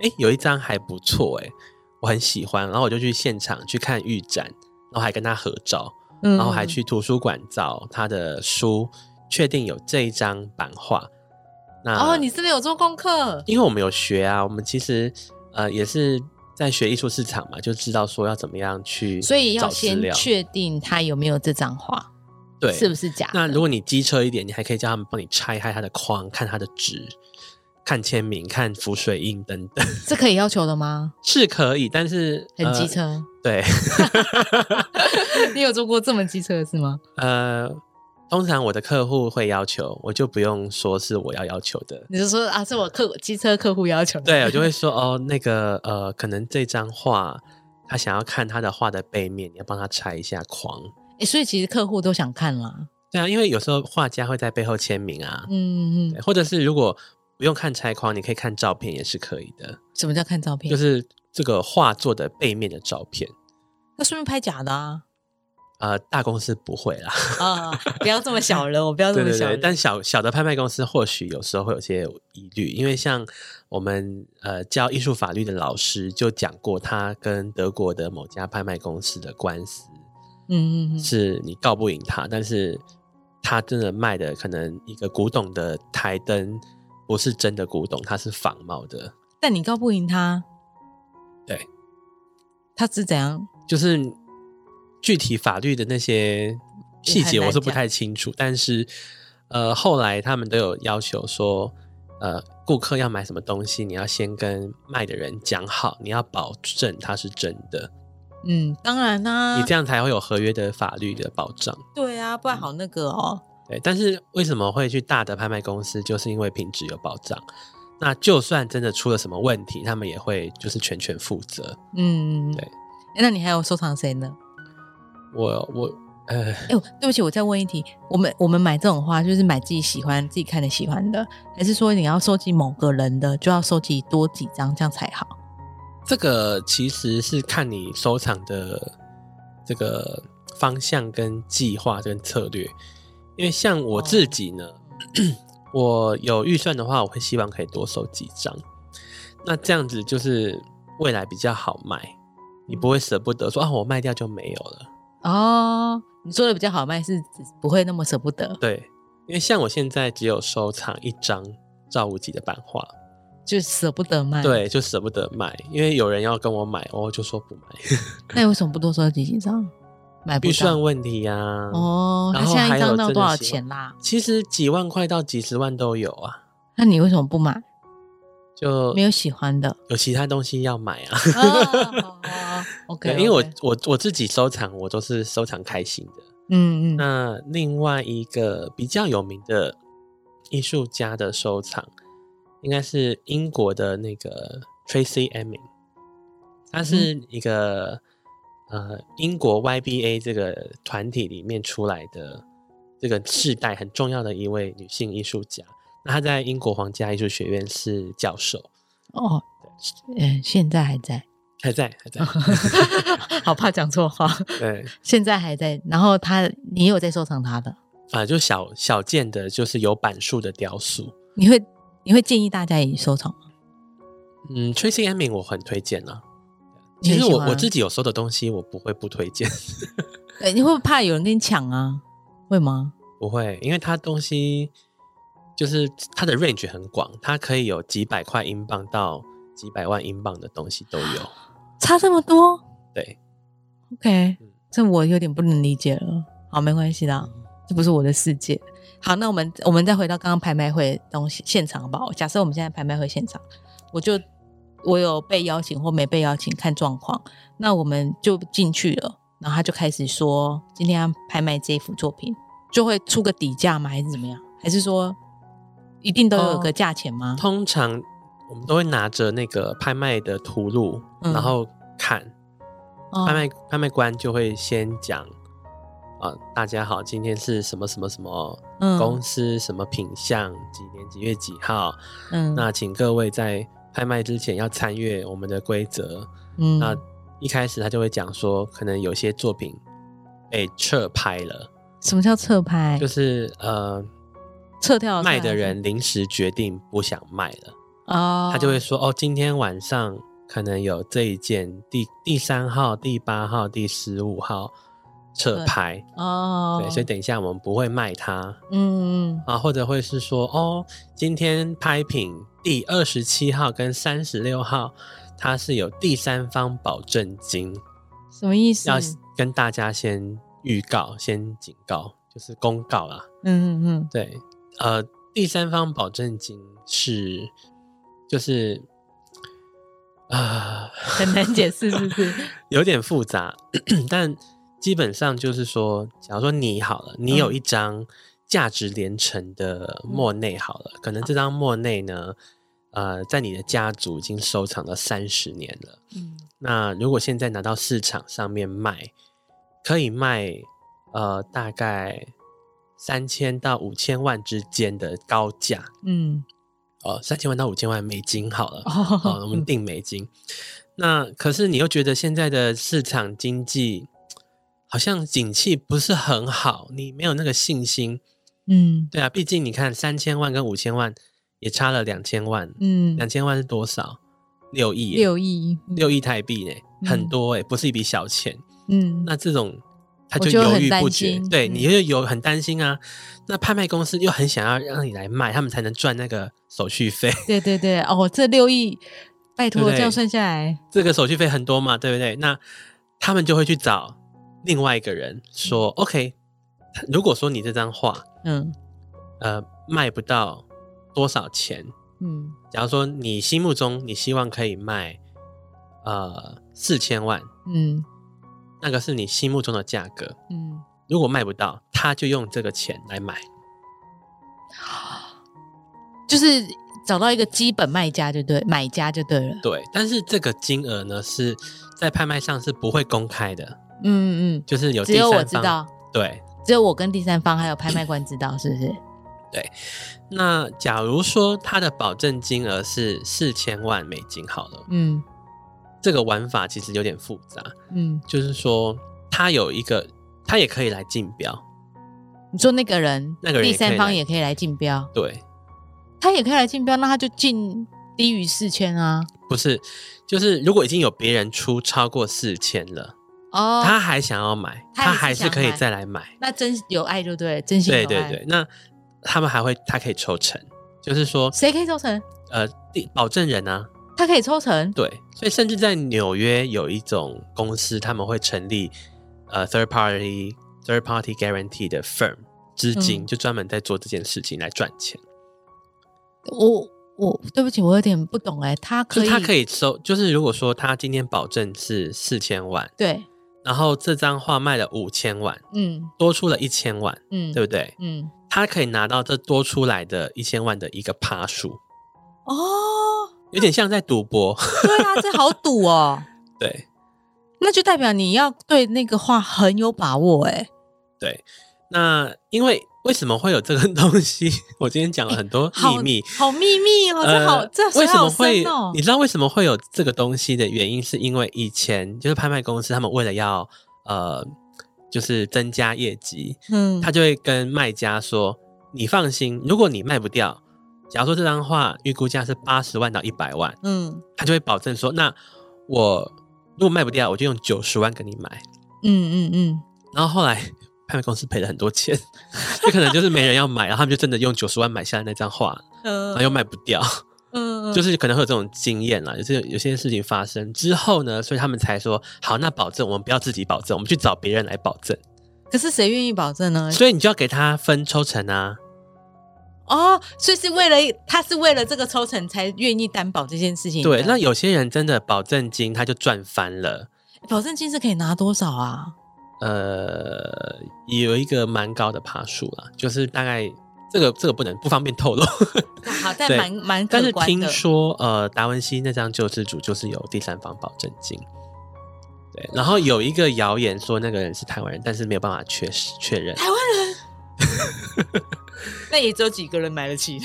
S2: 哎，有一张还不错，哎，我很喜欢，然后我就去现场去看预展，然后还跟他合照，
S1: 嗯，
S2: 然后还去图书馆找他的书，确定有这一张版画。那
S1: 哦，你真的有做功课？
S2: 因为我们有学啊，我们其实呃也是在学艺术市场嘛，就知道说要怎么样去
S1: 所以
S2: 找
S1: 要
S2: 资
S1: 先
S2: 料。
S1: 确定他有没有这张画，
S2: 对，
S1: 是不是假的？
S2: 那如果你机车一点，你还可以叫他们帮你拆开它的框，看它的纸，看签名，看浮水印等等，
S1: 这可以要求的吗？
S2: 是可以，但是
S1: 很机、
S2: 呃
S1: 车，
S2: 对，
S1: 你有做过这么机车的事吗？
S2: 呃，通常我的客户会要求，我就不用说是我要要求的。
S1: 你就说啊，是我客机车客户要求 的。
S2: 对，我就会说哦，那个呃，可能这张画他想要看他的画的背面，你要帮他拆一下框。
S1: 诶所以其实客户都想看啦。
S2: 对啊，因为有时候画家会在背后签名啊，
S1: 嗯嗯
S2: 对，或者是如果不用看拆框，你可以看照片也是可以的，
S1: 什么叫看照片？
S2: 就
S1: 就是
S2: 是这个画作的背面的照片。
S1: 那顺便拍假的啊
S2: 呃，大公司不会啦，
S1: 啊！不要这么小 了，我不要这
S2: 对
S1: 么
S2: 对
S1: 嗯小
S2: 对
S1: 人，
S2: 但小小的拍卖公司或许有时候会有些疑虑，因为像我们呃教艺术法律的老师就讲过，他跟德国的某家拍卖公司的官司
S1: 嗯嗯嗯，
S2: 是你告不赢他，但是他真的卖的可能一个古董的台灯不是真的古董，它是仿冒的。
S1: 但你告不赢他，
S2: 对，
S1: 他是怎样？
S2: 就是具体法律的那些细节
S1: 也很难
S2: 我是不太清楚，但是呃，后来他们都有要求说，呃，顾客要买什么东西，你要先跟卖的人讲好，你要保证它是真的。
S1: 嗯，当然啦、
S2: 你这样才会有合约的法律的保障。
S1: 对啊，
S2: 嗯
S1: 不然好那个哦。
S2: 对，但是为什么会去大的拍卖公司，就是因为品质有保障。那就算真的出了什么问题，他们也会就是全权负责。
S1: 嗯，
S2: 对
S1: 诶。那你还有收藏谁呢？
S2: 我我呃，
S1: 哎、呦，对不起，我再问一题，我们我们买这种花，就是买自己喜欢、自己看的喜欢的，还是说你要收集某个人的，就要收集多几张，这样才好？
S2: 这个其实是看你收藏的这个方向、跟计划、跟策略。因为像我自己呢，我有预算的话，我会希望可以多收几张。那这样子就是未来比较好卖，你不会舍不得说啊，我卖掉就没有了。
S1: 哦，你说的比较好卖，是指不会那么舍不得，
S2: 对，因为像我现在只有收藏一张赵无极的版画，
S1: 就舍不得卖。，
S2: 对，就舍不得卖，因为有人要跟我买，我就说不买，
S1: 那你为什么不多收集几张？买不
S2: 预
S1: 到
S2: 算问题呀、
S1: 哦，
S2: 然
S1: 他
S2: 后
S1: 现在
S2: 还
S1: 一
S2: 有
S1: 张到
S2: 真的
S1: 多少
S2: 喜欢
S1: 钱啦？
S2: 其实几万块到几十万都有啊，
S1: 那你为什么不买？
S2: 就
S1: 没有喜欢的。
S2: 有其他东西要买啊。
S1: 哦 OK，
S2: 对因为我
S1: OK
S2: 我我自己收藏，我都是收藏开心的。
S1: 嗯嗯
S2: 那另外一个比较有名的艺术家的收藏，应该是英国的那个 Tracy Emin，他是一个、呃英国 YBA 这个团体里面出来的这个世代很重要的一位女性艺术家。那她在英国皇家艺术学院是教授，
S1: 哦，嗯，现在还在，
S2: 还在还在
S1: 好怕讲错话，
S2: 对
S1: 现在还在。然后他，你有在收藏他的？
S2: 啊、就小小件的，就是有板树的雕塑。
S1: 你会你会建议大家也收藏吗？
S2: 嗯，Tracy Emin 我很推荐啊。
S1: 你
S2: 其
S1: 很
S2: 实
S1: 喜
S2: 我
S1: 欢
S2: 我自己有收的东西，我不会不推荐，
S1: 呃你会不会怕有人跟你抢啊？会吗？
S2: 不会，因为它东西就是它的 range 很广，它可以有几百块英镑到几百万英镑的东西都 有。
S1: 差这么多
S2: 对，
S1: ？OK，
S2: 嗯
S1: 这我有点不能理解了。好，没关系啦，这不是我的世界。好，那我们我们再回到刚刚拍卖会的东西现场吧。假设我们现在拍卖会现场，我就我有被邀请或没被邀请，看状况。那我们就进去了，然后他就开始说今天要拍卖这一幅作品，就会出个底价吗？还是怎么样？还是说一定都有
S2: 哦
S1: 个价钱吗？
S2: 通常我们都会拿着那个拍卖的图录，
S1: 嗯
S2: 然后看
S1: 哦
S2: 拍卖拍卖官就会先讲。啊，大家好，今天是什么什么什么
S1: 嗯
S2: 公司、什么品相，几年几月几号，
S1: 嗯
S2: 那请各位在拍卖之前要参阅我们的规则。
S1: 嗯
S2: 那一开始他就会讲说，可能有些作品被撤拍了，
S1: 什么叫侧拍？
S2: 就是呃，
S1: 撤掉
S2: 卖的人临时决定不想卖了，
S1: 啊哦，
S2: 他就会说哦，今天晚上可能有这一件第第三号、第八号、第十五号撤拍，
S1: 哦，
S2: 对，所以等一下我们不会卖它。
S1: 嗯嗯
S2: 啊，或者会是说，哦，今天拍品第二十七号跟三十六号，它是有第三方保证金，
S1: 什么意思？
S2: 要
S1: 嗯
S2: 跟大家先预告、先警告，就是公告啦。
S1: 嗯嗯，
S2: 对，呃，第三方保证金是就是啊、
S1: 很难解释是不 是？
S2: 有点复杂，但基本上就是说，假如说你好了，你有一张价值连城的莫内好了，可能这张莫内呢，呃，在你的家族已经收藏了三十年了。
S1: 嗯
S2: 那如果现在拿到市场上面卖，可以卖呃大概三千到五千万之间的高价，
S1: 嗯
S2: 哦，三千万到五千万美金好了，
S1: 哦
S2: 哦，我们定美金。那可是你又觉得现在的市场经济好像景气不是很好，你没有那个信心。
S1: 嗯
S2: 对啊，毕竟你看三千万跟五千万也差了两千万，
S1: 嗯
S2: 两，千万是多少？六亿耶，
S1: 六亿嗯
S2: 六亿台币呢，
S1: 嗯
S2: 很多哎，不是一笔小钱。
S1: 嗯
S2: 那这种他
S1: 我
S2: 就
S1: 就
S2: 犹
S1: 很
S2: 豫
S1: 担
S2: 不决
S1: 心，
S2: 对
S1: 嗯
S2: 你又有很担心啊。那拍卖公司又很想要让你来卖，他们才能赚那个手续费。
S1: 对对对哦，这六亿，拜
S2: 对不
S1: 托
S2: 对
S1: 这样算下来，
S2: 这个手续费很多嘛，对不对？那他们就会去找另外一个人说、o k 如果说你这张画
S1: 嗯
S2: 呃卖不到多少钱，
S1: 嗯
S2: 假如说你心目中你希望可以卖呃四千万，
S1: 嗯
S2: 那个是你心目中的价格。
S1: 嗯，
S2: 如果卖不到，他就用这个钱来买。
S1: 就是找到一个基本卖家就对，买家就对了。
S2: 对，但是这个金额呢是在拍卖上是不会公开的，
S1: 嗯嗯，
S2: 就是有
S1: 只
S2: 第
S1: 有我
S2: 三
S1: 知
S2: 方。
S1: 道，
S2: 对，
S1: 只有我跟第三方还有拍卖官知道，是不是？
S2: 那假如说它的保证金额是四千万美金好了，
S1: 嗯
S2: 这个玩法其实有点复杂，
S1: 嗯，
S2: 就是说它有一个，它也可以来竞标，
S1: 你说那个人，
S2: 那个人
S1: 第
S2: 也可以
S1: 三方
S2: 来
S1: 也可以来竞标，
S2: 对，
S1: 他也可以来竞标，那他就进低于四千啊。
S2: 不是，就是如果已经有别人出超过四千了，
S1: 哦，
S2: 他还想要买，
S1: 他还
S2: 他
S1: 是
S2: 还是
S1: 想
S2: 可以
S1: 买
S2: 再来买，
S1: 那真有爱就对了，真心有
S2: 对
S1: 爱。
S2: 对对，那他们还会，他可以抽成，就是说，
S1: 谁可以抽成？
S2: 呃，第保证人啊，
S1: 他可以抽成。
S2: 对，所以甚至在纽约有一种公司，他们会成立呃 third party third party guarantee 的 firm 资金，
S1: 嗯
S2: 就专门在做这件事情来赚钱。
S1: 我我对不起，我有点不懂哎、他
S2: 就
S1: 可以，
S2: 是他可以收，就是如果说他今天保证是四千万，
S1: 对，
S2: 然后这张画卖了五千万，
S1: 嗯
S2: 多出了一千万，
S1: 嗯，
S2: 对不对？
S1: 嗯，
S2: 他可以拿到这多出来的一千万的一个趴数，
S1: 哦，
S2: 有点像在赌博。
S1: 对啊，这好赌哦，
S2: 对
S1: 那就代表你要对那个话很有把握哎、
S2: 对，那因为为什么会有这个 东西？我今天讲了很多
S1: 好
S2: 秘密。
S1: 好秘密哦，这好、
S2: 呃
S1: 这水
S2: 为什
S1: 好
S2: 么会
S1: 深哦？
S2: 你知道为什么会有这个东西的原因，是因为以前就是拍卖公司他们为了要呃，就是增加业绩，
S1: 嗯
S2: 他就会跟卖家说：“你放心，如果你卖不掉，假如说这张画预估价是八十万到一百万，
S1: 嗯
S2: 他就会保证说，那我如果卖不掉，我就用九十万给你买。
S1: 嗯嗯嗯，”
S2: 然后后来拍卖公司赔了很多钱，就可能就是没人要买，然后他们就真的用九十万买下来那张画，然
S1: 呃
S2: 后又卖不掉。
S1: 嗯
S2: 就是是可能会有这种经验啦，就是有些事情发生之后呢，所以他们才说好，那保证我们不要自己保证，我们去找别人来保证，
S1: 可是谁愿意保证呢？
S2: 所以你就要给他分抽成啊，
S1: 哦，所以是为了他是为了这个抽成才愿意担保这件事情的。
S2: 对，那有些人真的保证金他就赚翻了，
S1: 保证金是可以拿多少啊？
S2: 呃，有一个蛮高的爬数啦，就是大概这个这个不能不方便透露，
S1: 好，但
S2: 对
S1: 蛮蛮
S2: 但
S1: 可
S2: 是
S1: 观
S2: 听
S1: 的。
S2: 说呃达文西那张救世主就是有第三方保证金。对，然后有一个谣言说那个人是台湾人，但是没有办法确实确认。
S1: 台湾人，那也只有几个人买得起，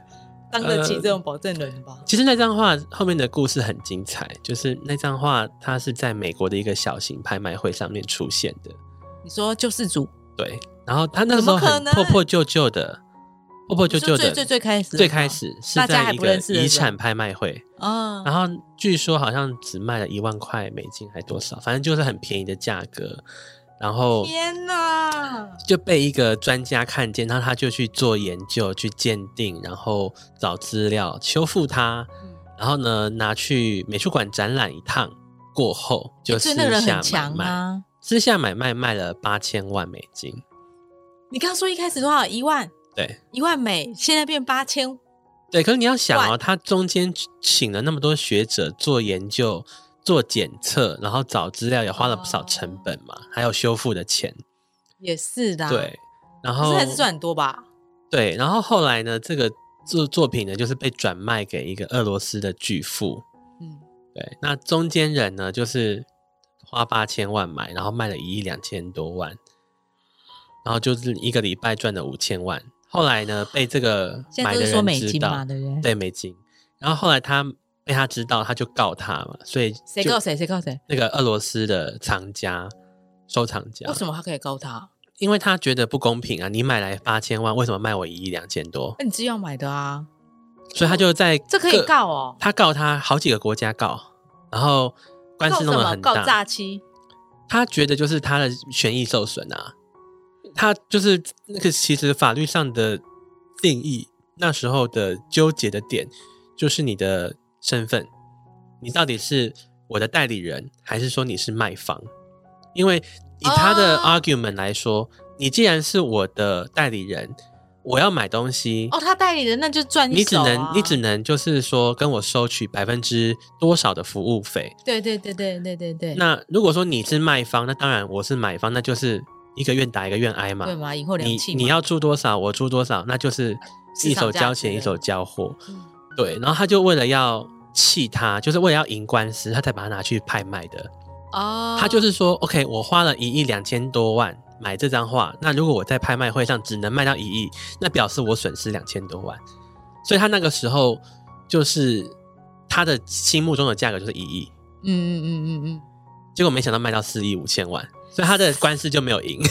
S1: 当得起这种保证人吧？
S2: 其实那张画后面的故事很精彩，就是那张画它是在美国的一个小型拍卖会上面出现的，
S1: 你说救世主，
S2: 对。然后它那时
S1: 怎
S2: 候
S1: 么可
S2: 很
S1: 能
S2: 破破旧旧的，破破旧旧
S1: 你说
S2: 的，
S1: 最最最开始的
S2: 最
S1: 时
S2: 开
S1: 候
S2: 始是
S1: 大家
S2: 在
S1: 还
S2: 一
S1: 不
S2: 个
S1: 认识的
S2: 遗
S1: 时候
S2: 产拍卖会，
S1: 啊，
S2: 然后据说好像只卖了一万块美金还多少，反正就是很便宜的价格，然后
S1: 天哪！
S2: 就被一个专家看见，然后他就去做研究、去鉴定，然后找资料修复它，然后呢拿去美术馆展览一趟过后，就
S1: 哎所以
S2: 私
S1: 那个人
S2: 下
S1: 很强
S2: 买卖，
S1: 啊！
S2: 私下买卖卖了八千万美金，
S1: 你刚刚说一开始多少？一万，
S2: 对。
S1: 一万美，现在变八千，
S2: 对，可是你要想哦，他中间请了那么多学者做研究、做检测，然后找资料也花了不
S1: 哦
S2: 少成本嘛，还有修复的钱。
S1: 也是的。，
S2: 对，然
S1: 可
S2: 后
S1: 是还是赚很多吧？
S2: 对，然后后来呢，这个作作品呢，就是被转卖给一个俄罗斯的巨富。
S1: 嗯，
S2: 对，那中间人呢，就是花八千万买，然后卖了一亿两千多万，然后就是一个礼拜赚了五千万。后来呢，被这个
S1: 现在
S2: 买
S1: 都
S2: 的
S1: 是说
S2: 人
S1: 美
S2: 知
S1: 金
S2: 道
S1: 嘛，，对不对？
S2: 对美金。然后后来他被他知道，他就告他嘛，所以
S1: 谁
S2: 就
S1: 告谁？谁告谁？
S2: 那个俄罗斯的藏家、收藏家
S1: 为？什么他可以告他？
S2: 因为他觉得不公平啊！你买来八千万，为什么卖我一亿两千多？
S1: 那哎你自己要买的啊，
S2: 所以他就在
S1: 这可以
S2: 各，
S1: 告哦。
S2: 他告他好几个国家告，然后官
S1: 告
S2: 司
S1: 什
S2: 弄得
S1: 么？
S2: 很
S1: 告
S2: 大。
S1: 诈欺？
S2: 他觉得就是他的权益受损啊，他就是那个其实法律上的定义，那时候的纠结的点就是你的身份，你到底是我的代理人，还是说你是卖方？因为以他的
S1: 哦
S2: argument 来说，你既然是我的代理人，我要买东西，
S1: 哦，他代理人那就赚
S2: 你只
S1: 手啊
S2: 能你只能就是说跟我收取百分之多少的服务费。
S1: 对对对对对对对，
S2: 那如果说你是卖方，那当然我是买方，那就是一个愿打一个愿挨嘛
S1: 对。嘛，以后两
S2: 你
S1: 气
S2: 你
S1: 嘛
S2: 要出多少，我出多少，那就是
S1: 市
S2: 一
S1: 场
S2: 手
S1: 价
S2: 交
S1: 值
S2: 钱一
S1: 了
S2: 手交货。
S1: 嗯
S2: 对，然后他就为了要气他，就是为了要赢官司，他才把它拿去拍卖的。
S1: 哦，
S2: 他就是说，OK，我花了一亿两千多万买这张画，那如果我在拍卖会上只能卖到一亿，那表示我损失两千多万。所以他那个时候就是他的心目中的价格就是一亿，
S1: 嗯嗯嗯嗯嗯，
S2: 结果没想到卖到四亿五千万，所以他的官司就没有赢。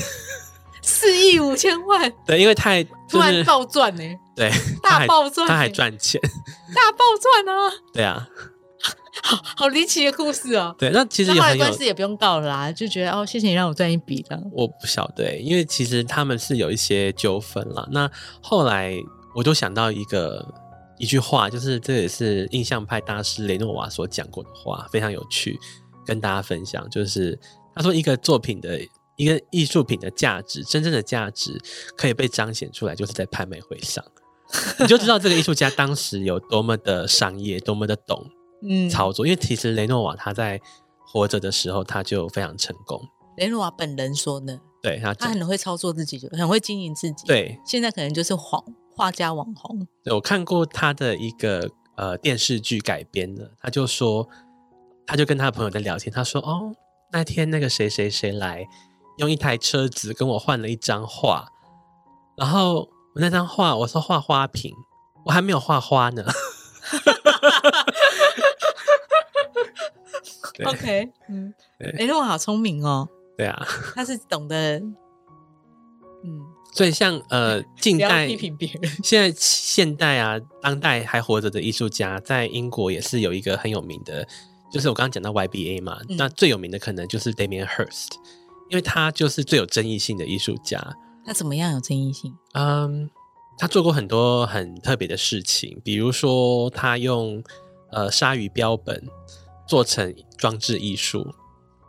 S1: 四亿五千万
S2: 对，因为太
S1: 突
S2: 就
S1: 然
S2: 是
S1: 暴赚呢、
S2: 对他
S1: 大
S2: 还
S1: 暴赚、
S2: 他还
S1: 欸
S2: 赚钱，
S1: 大暴赚啊！
S2: 对啊，
S1: 好好离奇的故事哦。
S2: 对。那其实
S1: 那
S2: 也
S1: 后来
S2: 很有
S1: 官司也不用告了啦，就觉得哦，谢谢你让我赚一笔这样。
S2: 我不晓得欸，因为其实他们是有一些纠纷啦。那后来我就想到一个一句话，就是这也是印象派大师雷诺瓦所讲过的话，非常有趣，跟大家分享。就是他说，一个作品的一个艺术品的价值，真正的价值可以被彰显出来，就是在拍卖会上。你就知道这个艺术 家当时有多么的商业，多么的懂
S1: 嗯，
S2: 操作。因为其实雷诺瓦他在活着的时候，他就非常成功。
S1: 雷诺瓦本人说的，
S2: 对他
S1: 他
S2: 整
S1: 很会操作自己，就很会经营自己。，
S2: 对
S1: 现在可能就是网画家网红。
S2: 对我看过他的一个呃电视剧改编的，他就说，他就跟他的朋友在聊天，他说：“哦，那天那个谁谁谁来，用一台车子跟我换了一张画，然后我那张画我说画花瓶，我还没有画花呢。 对”
S1: OK，嗯
S2: 对，
S1: 雷诺瓦好聪明哦，
S2: 对啊，
S1: 他是懂得，嗯，
S2: 所以像呃 近
S1: 不要
S2: 代
S1: 批评别人。
S2: 现在现代啊，当代还活着的艺术家，在英国也是有一个很有名的，就是我刚刚讲到 YBA 嘛，
S1: 嗯
S2: 那最有名的可能就是 Damien Hirst，因为他就是最有争议性的艺术家。
S1: 他怎么样有争议性？
S2: 嗯，他做过很多很特别的事情，比如说他用呃鲨鱼标本做成装置艺术，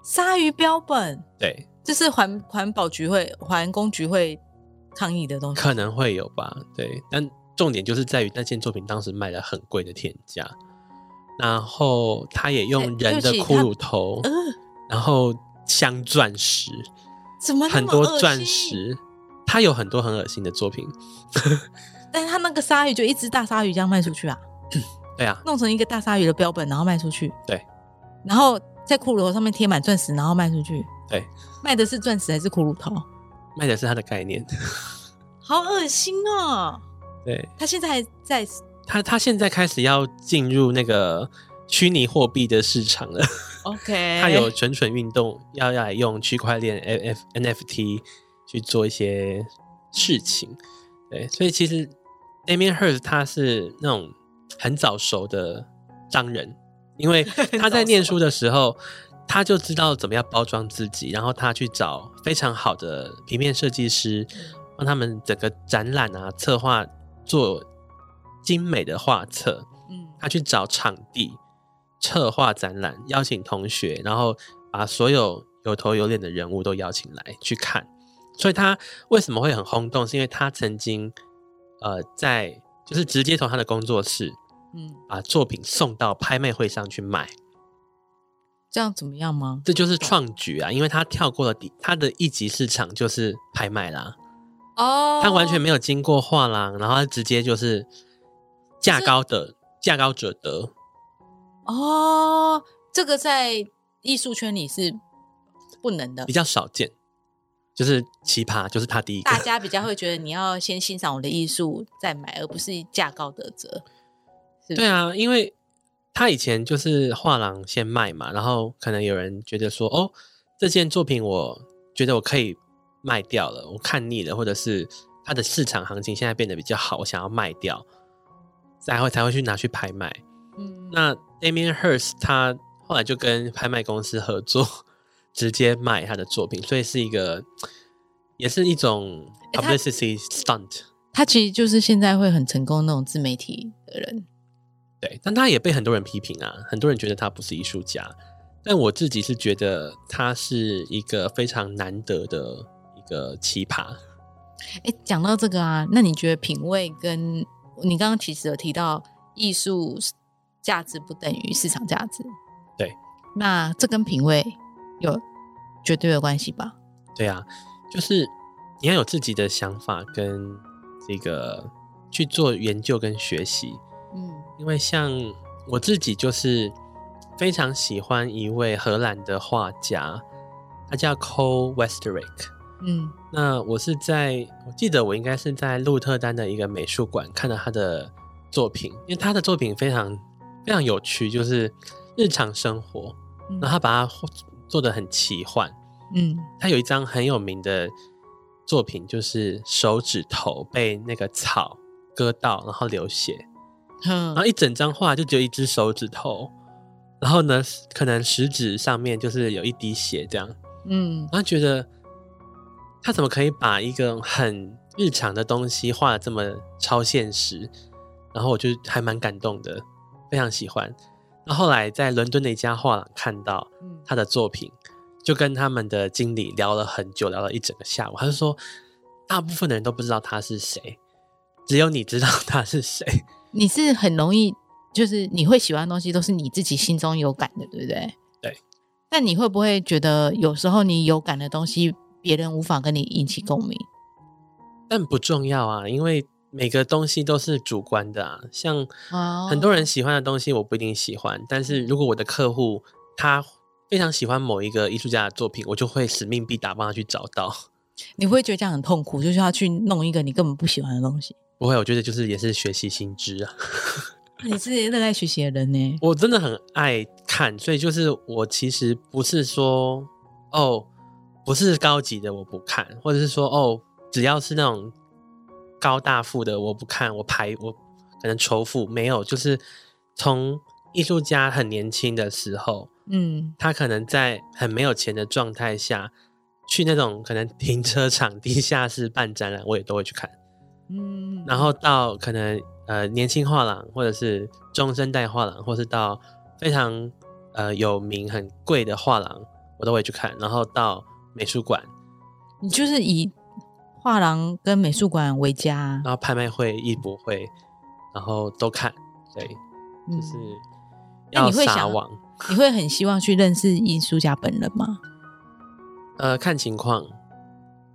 S1: 鲨鱼标本，
S2: 对，
S1: 这是环环保局会、环工局会抗议的东西。
S2: 可能会有吧，对，但重点就是在于那件作品当时卖了很贵的天价，然后他也用
S1: 对
S2: 人的
S1: 对不起
S2: 骷髅头，
S1: 呃，
S2: 然后镶钻石，
S1: 怎么那么
S2: 很多
S1: 恶
S2: 钻
S1: 心？
S2: 石，他有很多很恶心的作品，
S1: 但是他那个鲨鱼就一只大鲨鱼这样卖出去啊，
S2: 对啊，
S1: 弄成一个大鲨鱼的标本，然后卖出去。
S2: 对，
S1: 然后在骷髅头上面贴满钻石，然后卖出去。
S2: 对，
S1: 卖的是钻石还是骷髅头？
S2: 卖的是他的概念，
S1: 好恶心哦！
S2: 对
S1: 他现在还在，
S2: 他，他现在开始要进入那个虚拟货币的市场了。
S1: OK，
S2: 他有蠢蠢运动，要要来用区块链 F F N F T 去做一些事情，对，所以其实 Damien h i r s 他是那种很早熟的商人，因为他在念书的时候，他就知道怎么样包装自己，然后他去找非常好的平面设计师，帮他们整个展览啊策划做精美的画册，
S1: 嗯
S2: 他去找场地策划展览，邀请同学，然后把所有有头有脸的人物都邀请来去看。所以他为什么会很轰动？是因为他曾经呃在就是直接从他的工作室
S1: 嗯，
S2: 把作品送到拍卖会上去卖，
S1: 这样怎么样吗？
S2: 这就是创举啊！因为他跳过了第他的一级市场就是拍卖啦，
S1: 哦
S2: 他完全没有经过画廊，然后他直接就是价高的价高者得，
S1: 哦，这个在艺术圈里是不能的
S2: 比，较少见，就是奇葩，就是他第一个
S1: 大。家比较会觉得你要先欣赏我的艺术再买，而不是价高得折。是不是
S2: 对，啊，因为他以前就是画廊先卖嘛，然后可能有人觉得说，哦，这件作品我觉得我可以卖掉了，我看腻了，或者是它的市场行情现在变得比较好，我想要卖掉，才会才会去拿去拍卖。
S1: 嗯，
S2: 那 Damien Hirst 他后来就跟拍卖公司合作，直接卖他的作品，所以是一个也是一种
S1: 诶他
S2: publicity stunt。
S1: 他其实就是现在会很成功那种自媒体的人。
S2: 对，但他也被很多人批评啊，很多人觉得他不是艺术家，但我自己是觉得他是一个非常难得的一个奇葩。
S1: 哎，讲到这个啊，那你觉得品味跟你刚刚其实有提到艺术价值不等于市场价值，
S2: 对，
S1: 那这跟品味有绝对的关系吧？
S2: 对啊，就是你要有自己的想法跟这个去做研究跟学习，
S1: 嗯
S2: 因为像我自己就是非常喜欢一位荷兰的画家，他叫 Cole Westerick。
S1: 嗯
S2: 那我是在我记得我应该是在鹿特丹的一个美术馆看到他的作品，因为他的作品非常非常有趣，就是日常生活，
S1: 嗯
S2: 然后他把它做的很奇幻。
S1: 嗯
S2: 他有一张很有名的作品，就是手指头被那个草割到，然后流血，然
S1: 哼
S2: 后一整张画就只有一只手指头，然后呢，可能食指上面就是有一滴血这样，
S1: 嗯
S2: 然后觉得他怎么可以把一个很日常的东西画的这么超现实，然后我就还蛮感动的，非常喜欢。那后来在伦敦的一家画廊看到
S1: 嗯
S2: 他的作品，就跟他们的经理聊了很久，聊了一整个下午。他就说，大部分的人都不知道他是谁，只有你知道 他是谁。
S1: 你是很容易，就是你会喜欢的东西都是你自己心中有感的，对不对？
S2: 对。
S1: 但你会不会觉得有时候你有感的东西，别人无法跟你引起共鸣？
S2: 但不重要啊，因为每个东西都是主观的啊。像
S1: 哦
S2: 很多人喜欢的东西，我不一定喜欢。但是如果我的客户他非常喜欢某一个艺术家的作品，我就会使命必达帮他去找到。
S1: 你不会觉得这样很痛苦，就是要去弄一个你根本不喜欢的东西。
S2: 不会，我觉得就是也是学习新知啊。
S1: 你是热爱学习的人呢，
S2: 我真的很爱看，所以就是我其实不是说哦，不是高级的我不看，或者是说哦，只要是那种高大富的我不看，我排我可能仇富没有，就是从艺术家很年轻的时候，
S1: 嗯，
S2: 他可能在很没有钱的状态下，去那种可能停车场地下室办展览，我也都会去看。
S1: 嗯，
S2: 然后到可能呃年轻画廊，或者是中生代画廊，或是到非常呃有名很贵的画廊，我都会去看。然后到美术馆，
S1: 你就是以画廊跟美术馆为家，啊
S2: 然后拍卖会、艺博会，然后都看。对，
S1: 嗯
S2: 就是
S1: 那
S2: 要
S1: 你会
S2: 撒
S1: 想
S2: 网，
S1: 你会很希望去认识艺术家本人吗？
S2: 呃，看情况，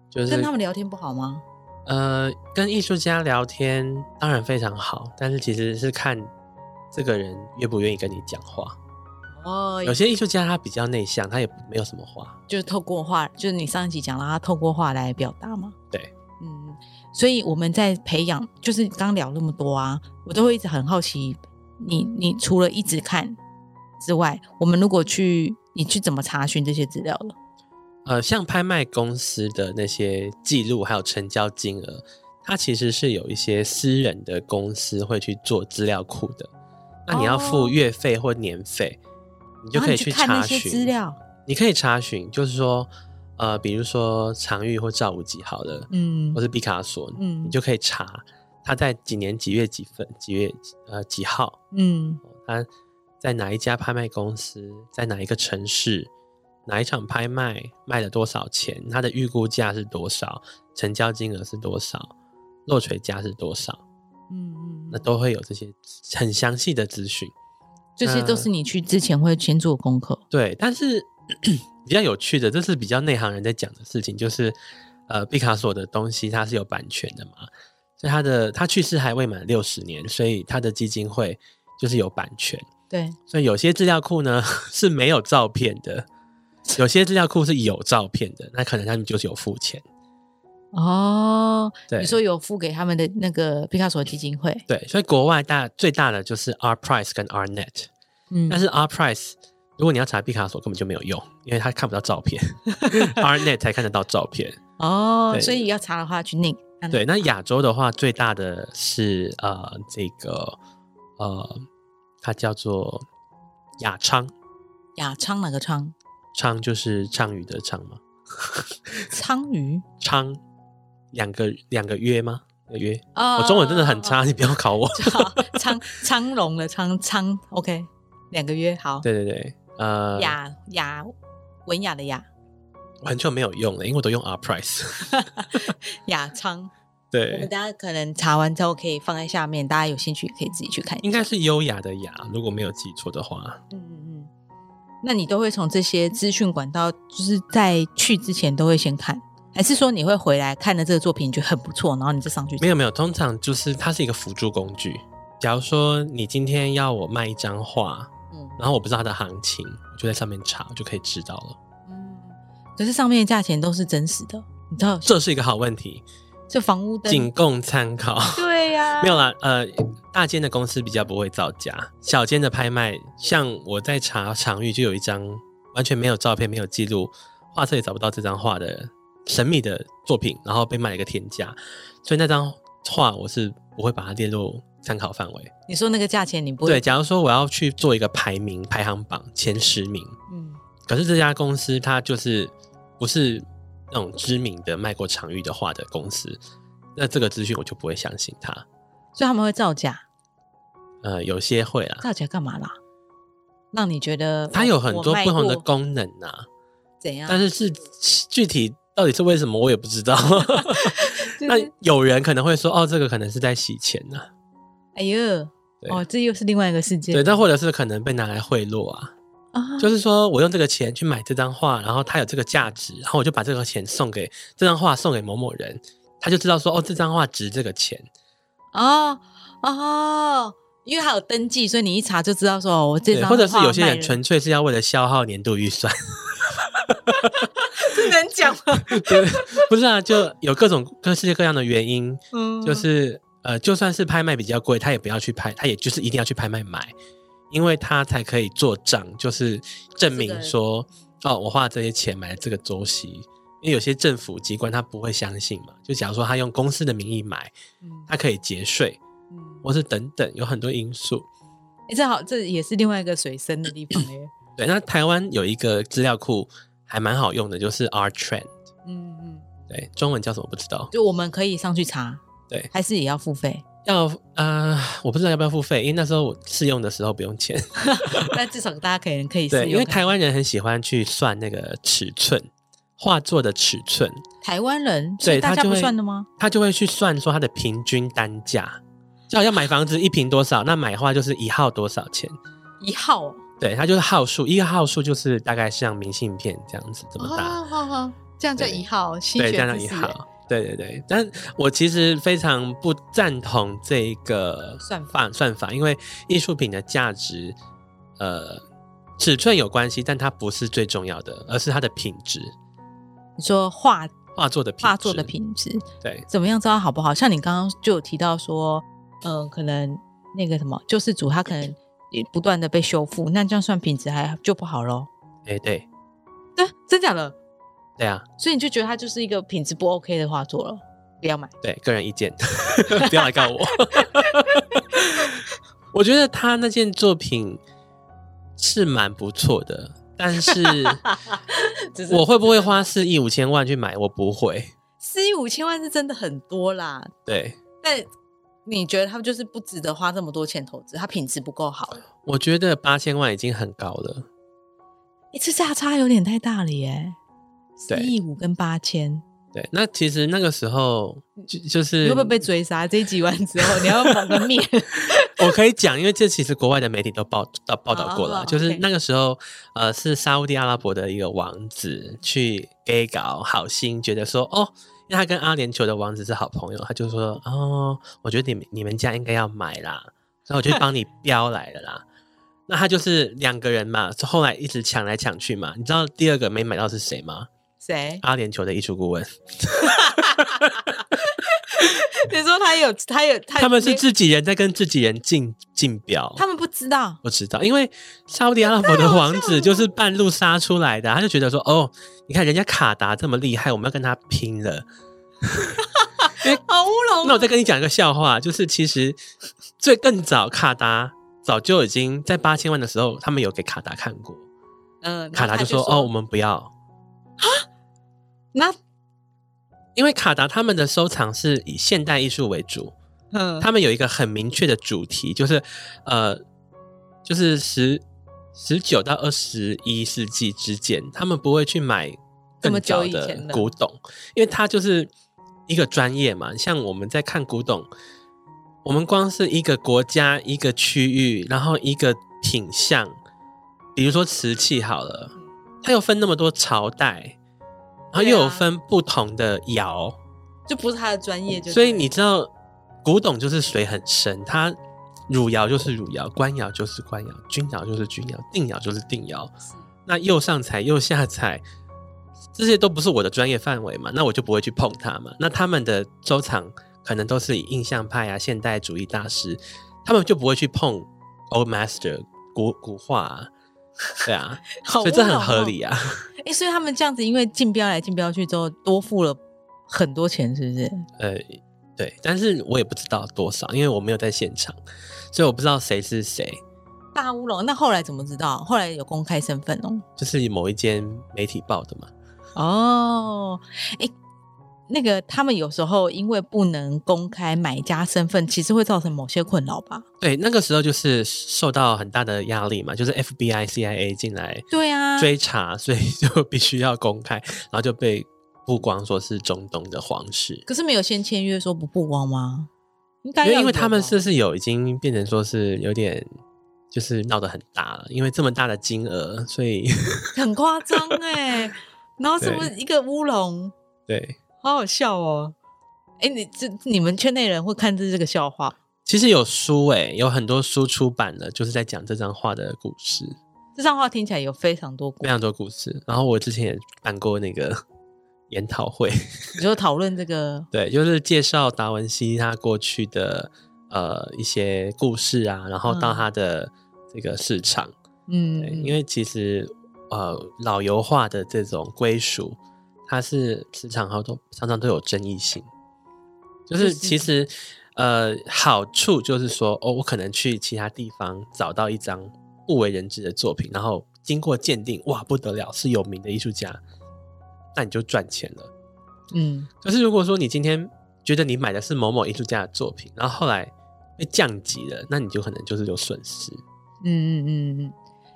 S2: 就是
S1: 跟他们聊天不好吗？
S2: 呃，跟艺术家聊天当然非常好，但是其实是看这个人愿不愿意跟你讲话。
S1: 哦
S2: 有些艺术家他比较内向，他也没有什么话。
S1: 就是透过画，就是你上一集讲了，他透过画来表达嘛。
S2: 对，
S1: 嗯，所以我们在培养，就是刚聊那么多啊，我都会一直很好奇，你你除了一直看之外，我们如果去，你去怎么查询这些资料了？
S2: 呃，像拍卖公司的那些记录还有成交金额，它其实是有一些私人的公司会去做资料库的。那你要
S1: 哦
S2: 付月费或年费，你就
S1: 然后
S2: 可以
S1: 啊去看那
S2: 查
S1: 些
S2: 询
S1: 资料。
S2: 你可以查询，就是说，呃，比如说常玉或赵无极好了，
S1: 嗯
S2: 或是毕卡索，
S1: 嗯
S2: 你就可以查他在几年几月几分几月呃几号
S1: 嗯
S2: 他在哪一家拍卖公司，在哪一个城市，哪一场拍卖卖了多少钱，它的预估价是多少，成交金额是多少，落锤价是多少，
S1: 嗯嗯，
S2: 那都会有这些很详细的资讯。
S1: 这些都
S2: 呃
S1: 是你去之前会先做功课。
S2: 对，但是 比较有趣的，这是比较内行人在讲的事情，就是呃，毕卡索的东西它是有版权的嘛，所以他的他去世还未满六十年，所以他的基金会就是有版权。
S1: 对，
S2: 所以有些资料库呢 是没有照片的，有些资料库是有照片的，那可能他们就是有付钱。
S1: 哦，
S2: 对
S1: 你说有付给他们的那个毕卡索基金会，
S2: 对，所以国外大最大的就是 R Price 跟 R Net，
S1: 嗯，
S2: 但是 R Price 如果你要查毕卡索根本就没有用，因为他看不到照片 ，R Net 才看得到照片。
S1: 哦，
S2: 对
S1: 所以要查的话去那个看
S2: 对，那亚洲的话最大的是呃这个呃，它叫做亚昌，
S1: 雅昌哪个昌？
S2: 昌就是昌鱼的昌吗？
S1: 昌鱼
S2: 昌两个两个约吗？那个约。
S1: 啊
S2: 哦我中文真的很 差，。你不要考我。
S1: 昌昌隆的昌昌，OK，两个月好。
S2: 对对对，呃，
S1: 雅雅文雅的雅，
S2: 很久没有用了，因为我都用 R Price。
S1: 雅昌，我
S2: 对
S1: 们，大家可能查完之后可以放在下面，大家有兴趣也可以自己去看一下。
S2: 应该是优雅的雅，如果没有记错的话。
S1: 嗯嗯嗯。那你都会从这些资讯管道，就是在去之前都会先看，还是说你会回来看了这个作品你觉得很不错，然后你就上去？
S2: 没有没有，通常就是它是一个辅助工具。假如说你今天要我卖一张画，
S1: 嗯，
S2: 然后我不知道它的行情，我就在上面查，我就可以知道了。
S1: 嗯。可是上面的价钱都是真实的，你知道？
S2: 这是一个好问题，
S1: 这房屋
S2: 仅
S1: 灯，
S2: 供参考。
S1: 对啊呀、
S2: 没有啦，呃，大间的公司比较不会造假，小间的拍卖，像我在查场域就有一张完全没有照片、没有记录，画册也找不到这张画的神秘的作品，然后被卖了一个天价，所以那张画我是不会把它列入参考范围。
S1: 你说那个价钱你不会？
S2: 对，，假如说我要去做一个排名排行榜前十名，
S1: 嗯，
S2: 可是这家公司它就是不是那种知名的卖过场域的画的公司，那这个资讯我就不会相信它。
S1: 所以他们会造假，
S2: 呃，有些会啦，
S1: 造假干嘛啦？让你觉得
S2: 它有很多
S1: 我卖
S2: 不同的
S1: 过
S2: 功能呐、
S1: 怎样？
S2: 但是是具体到底是为什么，我也不 知道。那
S1: 就是
S2: 有人可能会说，哦，这个可能是在洗钱呐、
S1: 哎呦，
S2: 对
S1: 哦，这又是另外一个世界。
S2: 对，但或者是可能被拿来贿赂啊，
S1: 啊，
S2: 就是说我用这个钱去买这张画，然后它有这个价值，然后我就把这个钱送给这张画送给某某人，他就知道说，哦，这张画值这个钱。
S1: 哦哦，因为还有登记，所以你一查就知道说，哦我这
S2: 对，
S1: 张
S2: 或者是
S1: 画
S2: 有些
S1: 卖
S2: 人
S1: 了
S2: 纯粹是要为了消耗年度预算，
S1: 这能讲吗？
S2: 对，不是啊，就有各种各世界各样的原因，
S1: 嗯，
S2: 就是呃，就算是拍卖比较贵，他也不要去拍，他也就是一定要去拍卖买，因为他才可以做账，就是证
S1: 这
S2: 明
S1: 个
S2: 说，哦，我花这些钱买了这个周期。因为有些政府机关他不会相信嘛，就假如说他用公司的名义买，
S1: 嗯，
S2: 他可以节税，
S1: 嗯
S2: 或是等等，有很多因素。
S1: 诶这好，这也是另外一个水深的地方 耶。
S2: 对，那台湾有一个资料库还蛮好用的，就是 R Trend，
S1: 嗯嗯，
S2: 对，中文叫什么不知道，
S1: 就我们可以上去查，
S2: 对
S1: 还是也要付费？
S2: 要呃，我不知道要不要付费，因为那时候我试用的时候不用钱。
S1: 但至少大家可能可以试
S2: 对，因
S1: 用
S2: 为
S1: 看
S2: 台湾人很喜欢去算那个尺寸，画作的尺寸，
S1: 台湾人，所
S2: 对
S1: 以大
S2: 他
S1: 家
S2: 就
S1: 不
S2: 会
S1: 算的吗？？
S2: 他就会去算说它的平均单价，就好像买房子一平多少，那买画就是一号多少钱。
S1: 一号哦
S2: 对，它就是号数，一个号数就是大概像明信片这样子这么大，
S1: 哦好好，这样叫
S2: 对
S1: 一号，新
S2: 对，
S1: 学
S2: 这样叫
S1: 之
S2: 一
S1: 士耶
S2: 号。对对对，但我其实非常不赞同这个
S1: 算法
S2: 法算法，因为艺术品的价值，呃，尺寸有关系，但它不是最重要的，而是它的品质。
S1: 你说画
S2: 画作的品质
S1: 画作的品质
S2: 对
S1: 怎么样知道好不好？像你刚刚就有提到说，呃，可能那个什么救世主他可能也不断的被修复，那这样算品质还就不好喽？
S2: 哎、对
S1: 对，真假的？
S2: 对啊，
S1: 所以你就觉得它就是一个品质不 OK 的画作了，不要买。
S2: 对个人意见， 不要来告我。 我觉得他那件作品是蛮不错的，但 是
S1: 只是
S2: 我会不会花四亿五千万去买？我不会。
S1: 四亿五千万是真的很多啦，
S2: 对，
S1: 但你觉得他们就是不值得花这么多钱投资，它品质不够好。
S2: 我觉得八千万已经很高了。
S1: 一次价差有点太大了耶，
S2: 对
S1: 四亿五跟八千，
S2: 对，那其实那个时候就就
S1: 嗯
S2: 是
S1: 你会不会被追杀？这一集完之后，你要捧个面。
S2: 我可以讲，因为这其实国外的媒体都报道报道过
S1: 哦
S2: 了，就是
S1: ，OK
S2: 那个时候，呃，是沙烏地阿拉伯的一个王子去 gay 搞好心，觉得说哦，因为他跟阿联酋的王子是好朋友，他就说哦，我觉得你们你们家应该要买啦，所以我就 帮你标来了啦。那他就是两个人嘛，后来一直抢来抢去嘛。你知道第二个没买到是谁吗？
S1: 谁？
S2: 阿联酋的艺术顾问，
S1: 你说他有他有他
S2: 他们是
S1: 没
S2: 自己人在跟自己人竞竞标。
S1: 他们不知道
S2: 不知道，因为沙烏地阿拉伯的王子就是半路杀出来的啊、他就觉得说，哦，你看人家卡达这么厉害，我们要跟他拼了。
S1: 好乌龙
S2: 那我再跟你讲一个笑话，就是其实最更早卡达早就已经在八千万的时候，他们有给卡达看过，
S1: 嗯，
S2: 卡达
S1: 就
S2: 就说，哦，我，们不要，
S1: 那
S2: 因为卡达他们的收藏是以现代艺术为主，
S1: 嗯，
S2: 他们有一个很明确的主题，就是呃，就是十十九到二十一世纪之间，他们不会去买更
S3: 么久
S2: 早
S3: 以
S2: 的
S3: 前的
S2: 古董，因为它就是一个专业嘛。像我们在看古董，我们光是一个国家、一个区域，然后一个品相，比如说瓷器好了，它又分那么多朝代，然后
S3: 对
S2: 又有
S3: 啊
S2: 分不同的窑，
S3: 就不是他的专业就对了，
S2: 所以你知道，古董就是水很深，它汝窑就是汝窑，官窑就是官窑，钧窑就是钧窑，定窑就是定窑。那右上彩、右下彩，这些都不是我的专业范围嘛，那我就不会去碰它嘛。那他们的收藏可能都是以印象派啊、现代主义大师，他们就不会去碰 old master 古古画、啊，对 啊，
S3: 好
S2: 所以这
S3: 温
S2: 很
S3: 柔
S2: 合
S3: 哦
S2: 理啊。
S1: 哎、所以他们这样子，因为竞标来竞标去之后，多付了很多钱，是不是？
S2: 呃，对，但是我也不知道多少，因为我没有在现场，所以我不知道谁是谁。
S1: 大乌龙，那后来怎么知道？后来有公开身份哦。
S2: 就是某一间媒体报的嘛，
S1: 哦，哎、那个他们有时候因为不能公开买家身份，其实会造成某些困扰吧？
S2: 对，那个时候就是受到很大的压力嘛，就是 FBI、CIA 进来
S1: 对啊，
S2: 追查， 所以就必须要公开，然后就被曝光说是中东的皇室，
S1: 可是没有先签约说不曝光吗？应该
S2: 因为
S1: 要
S2: 因为
S1: 有
S2: 他们
S1: 吧
S2: 是不是有已经变成说是有点就是闹得很大了，因为这么大的金额，所以
S1: 很夸 张哎，然后什么一个乌龙，
S2: 对，
S1: 好好笑哦。哎、你这你们圈内人会看这这个笑话，
S2: 其实有书诶、有很多书出版了，就是在讲这张画的故事，
S1: 这张话听起来有非常多故
S2: 非，常多故事。然后我之前也办过那个 研讨会。
S1: 你就讨论这个
S2: 对，就是介绍达文西他过去的呃一些故事啊，然后到
S1: 嗯
S2: 他的这个市场，
S1: 嗯
S2: 对，，因为其实呃老油画的这种归属，它是市场上都常常都有争议性，就
S1: 就是是
S2: 其实呃好处就是说哦，我可能去其他地方找到一张不为人知的作品，然后经过鉴定，哇不得了，是有名的艺术家，那你就赚钱了。
S1: 嗯
S2: 可是如果说你今天觉得你买的是某某艺术家的作品，然后后来被降级了，那你就可能就是有损失。
S1: 嗯嗯嗯嗯。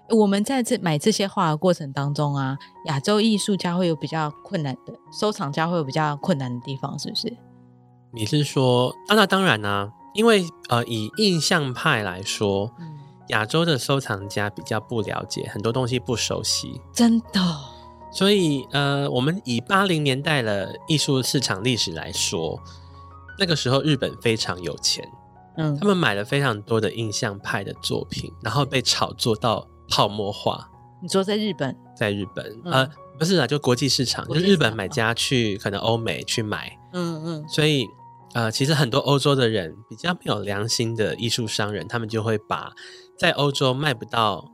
S1: 我们在这买这些画的过程当中啊，亚洲艺术家会有比较困难的，收藏家会有比较困难的地方，是不是？
S2: 你是说，啊、那当然啦、因为呃，以印象派来说，
S1: 嗯，
S2: 亚洲的收藏家比较不了解很多东西，不熟悉，
S1: 真的，
S2: 所以呃，我们以八零年代的艺术市场历史来说，那个时候日本非常有钱，
S1: 嗯
S2: 他们买了非常多的印象派的作品，然后被炒作到泡沫化。
S1: 你说在日本，
S2: 在日本，
S1: 嗯
S2: 呃，不是啊，就国际市场，
S1: 国
S2: 就
S1: 际
S2: 是
S1: 市场
S2: 日本买家去可能欧美去买，
S1: 嗯嗯
S2: 所以呃，其实很多欧洲的人比较没有良心的艺术商人，他们就会把在欧洲卖不到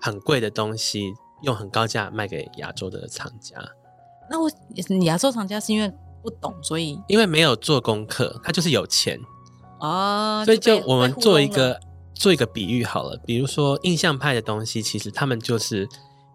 S2: 很贵的东西，用很高价卖给亚洲的藏家，
S1: 那我亚洲藏家是因为不懂，所以
S2: 因为没有做功课，他就是有钱，
S1: 哦，
S2: 所以就
S1: 被
S2: 我们
S1: 被糊
S2: 做一
S1: 弄了
S2: 个做一个比喻好了，比如说印象派的东西，其实他们就是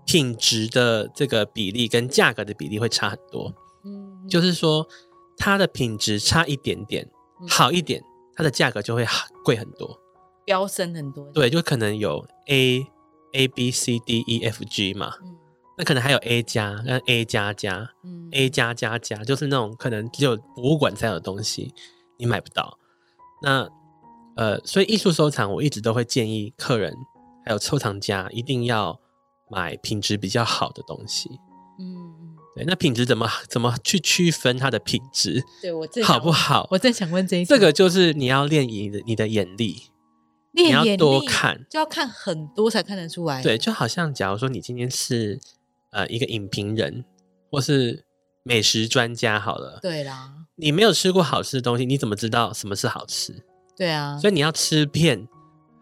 S2: 品质的这个比例跟价格的比例会差很多。
S1: 嗯
S2: 就是说它的品质差一点点
S1: 嗯，
S2: 好一点，它的价格就会哈贵很多。
S1: 飙升很多。，
S2: 对，就可能有 A A B C D E F G 嘛，
S1: 嗯
S2: 那可能还有 A 加跟 A 加加
S1: 嗯
S2: A 加加加，就是那种可能只有博物馆才有的东西，你买不到。那呃，所以艺术收藏我一直都会建议客人还有收藏家一定要买品质比较好的东西。
S1: 嗯，嗯
S2: 对，那品质怎么怎么去区分它的品质？
S1: 对我正
S2: 好不
S1: 好？
S2: 好？
S1: 我正想问这一
S2: 这个就是你要练你的你的眼力，
S1: 你
S2: 你要多看。
S1: 就要看很多才看得出来。
S2: 对，就好像假如说你今天是呃一个影评人或是美食专家好了，
S1: 对啦，
S2: 你没有吃过好吃的东西，你怎么知道什么是好吃？
S1: 对啊，
S2: 所以你要吃遍，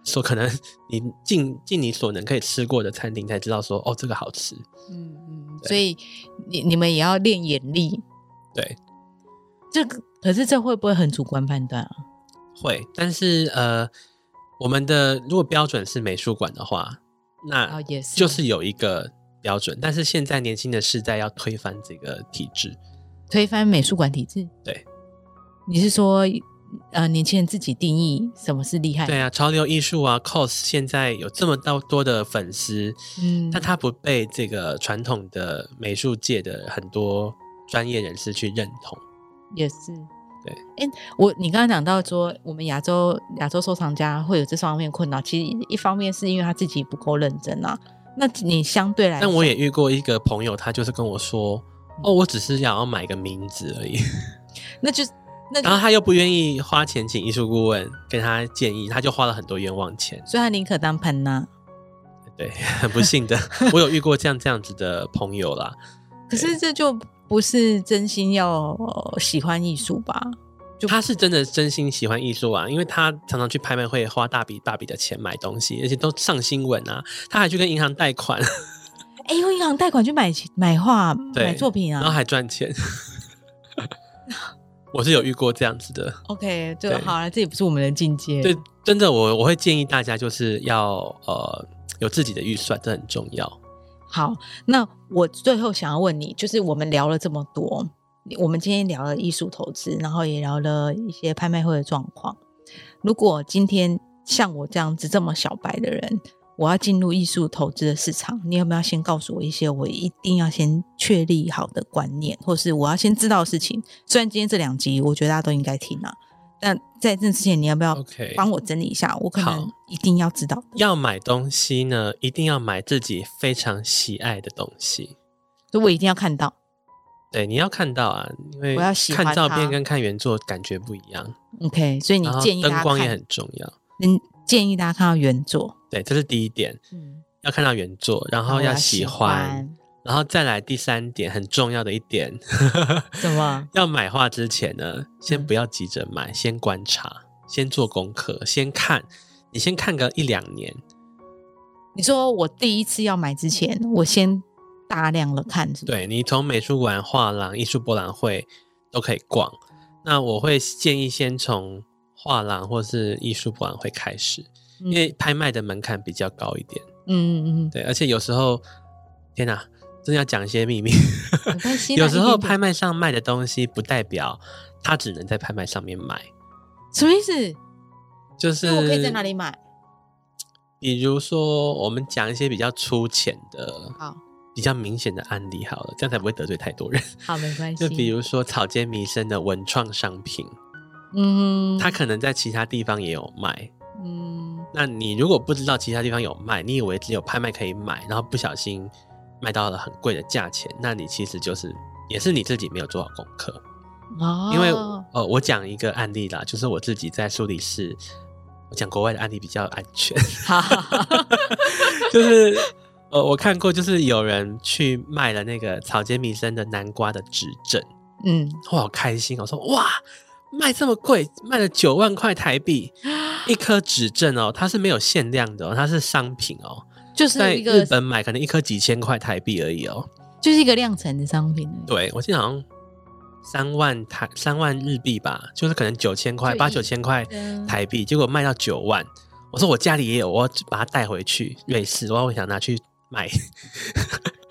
S2: 说可能你尽尽你所能可以吃过的餐厅，才知道说哦这个好吃。
S1: 嗯嗯，
S2: 对
S1: 所以你你们也要练眼力。
S2: 对，
S1: 这个可是这会不会很主观判断啊？
S2: 会，但是呃，我们的如果标准是美术馆的话，那
S1: 哦，也是，
S2: 啊就是有一个标准，但是现在年轻的世代要推翻这个体制，
S1: 推翻美术馆体制。
S2: 对，
S1: 你是说呃年轻人自己定义什么是厉害，
S2: 对啊，潮流艺术啊，cos 现在有这么到多的粉丝，
S1: 嗯，
S2: 但他不被这个传统的美术界的很多专业人士去认同。
S1: 也是。
S2: 对，
S1: 哎、我你刚刚讲到说，我们亚洲亚洲收藏家会有这方面困扰，其实一方面是因为他自己不够认真啊。那你相对来讲，
S2: 但我也遇过一个朋友，他就是跟我说：“
S1: 嗯
S2: 哦，我只是想要买个名字而已。
S1: 那就是 那”就
S2: 然后他又不愿意花钱请艺术顾问跟他建议，他就花了很多冤枉钱。
S1: 所以他宁可当盆呐、
S2: 对，很不 幸的，我有遇过这样这样子的朋友啦。
S1: 可是这就不是真心要呃喜欢艺术吧？
S2: 他是真的真心喜欢艺术啊，因为他常常去拍卖会花大笔大笔的钱买东西，而且都上新闻啊。他还去跟银行贷款，
S1: 哎、用银行贷款去买买画、
S2: 对，
S1: 买作品
S2: 然后
S1: 啊。
S2: 还赚钱。我是有遇过这样子的，
S1: OK，就
S2: 对
S1: 好了，这也不是我们的境界。
S2: 对，真的我我会建议大家就是要呃有自己的预算，这很重要。
S1: 好，那我最后想要问你，就是我们聊了这么多，你我们今天聊了艺术投资，然后也聊了一些拍卖会的状况。如果今天像我这样子这么小白的人，我要进入艺术投资的市场，你有没有先告诉我一些我一定要先确立好的观念，或是我要先知道的事情？虽然今天这两集我觉得大家都应该听啊，但在这之前，你要不要
S2: OK，
S1: 帮我整理一下？我可能
S2: 好
S1: 一定要知道的。
S2: 要买东西呢，一定要买自己非常喜爱的东西。
S1: 所以我一定要看到。
S2: 对，你要看到啊，因为
S1: 我要喜欢
S2: 看照
S1: 它
S2: 片跟看原作感觉不一样，
S1: OK，所以你
S2: 然后
S1: 建议大
S2: 啊灯
S1: 家
S2: 光也
S1: 看
S2: 很重要。
S1: 嗯，建议大家看到原作，
S2: 对，这是第一点，
S1: 嗯，
S2: 要看到原作，然后哦要喜欢，，然后再来第三点很重要的一点，
S1: 什么？
S2: 要买画之前呢，先不要急着买，先观察，先做功课，先看，你先看个一两年，
S1: 你说我第一次要买之前，我先大量的看，是不是？
S2: 对你从美术馆、画廊、艺术博览会都可以逛。那我会建议先从画廊或是艺术博览会开始，因为拍卖的门槛比较高一点。
S1: 嗯，嗯嗯
S2: 对，而且有时候，天哪，真的要讲一些秘密。
S1: 嗯，没关系啦。
S2: 有时
S1: 一
S2: 候
S1: 点点
S2: 拍卖上卖的东西，不代表它只能在拍卖上面买，
S1: 什么意思？
S2: 就是
S1: 那我可以在哪里买？
S2: 比如说，我们讲一些比较粗浅的、
S1: 好，
S2: 比较明显的案例好了，这样才不会得罪太多人。
S1: 好，没关系。
S2: 就比，如说草间弥生的文创商品，
S1: 嗯，
S2: 它可能在其他地方也有卖。
S1: 嗯，
S2: 那你如果不知道其他地方有卖，你以为只有拍卖可以买，然后不小心卖到了很贵的价钱，那你其实就是也是你自己没有做好功课。
S1: 哦，
S2: 因为呃，我讲一个案例啦，就是我自己在苏黎世，我讲国外的案例比较安全，
S1: 好，
S2: 就是呃，我看过，就是有人去卖了那个草间弥生的南瓜的指针，
S1: 嗯，
S2: 我好开心哦，我说哇，卖这么贵，卖了九万块台币
S1: 啊
S2: 一颗指针哦，它是没有限量的哦，它是商品哦，
S1: 就是
S2: 在
S1: 一
S2: 日
S1: 个
S2: 本买可能一颗几千块台币而已哦，
S1: 就是一个量产的商品而已，
S2: 对，我记得好像三万台三万日币吧，就是可能九千块
S1: 就
S2: 八
S1: 一
S2: 九千块
S1: 对啊
S2: 台币，结果卖到九万。我说我家里也有，我要把它带回去瑞士，我我想拿去卖。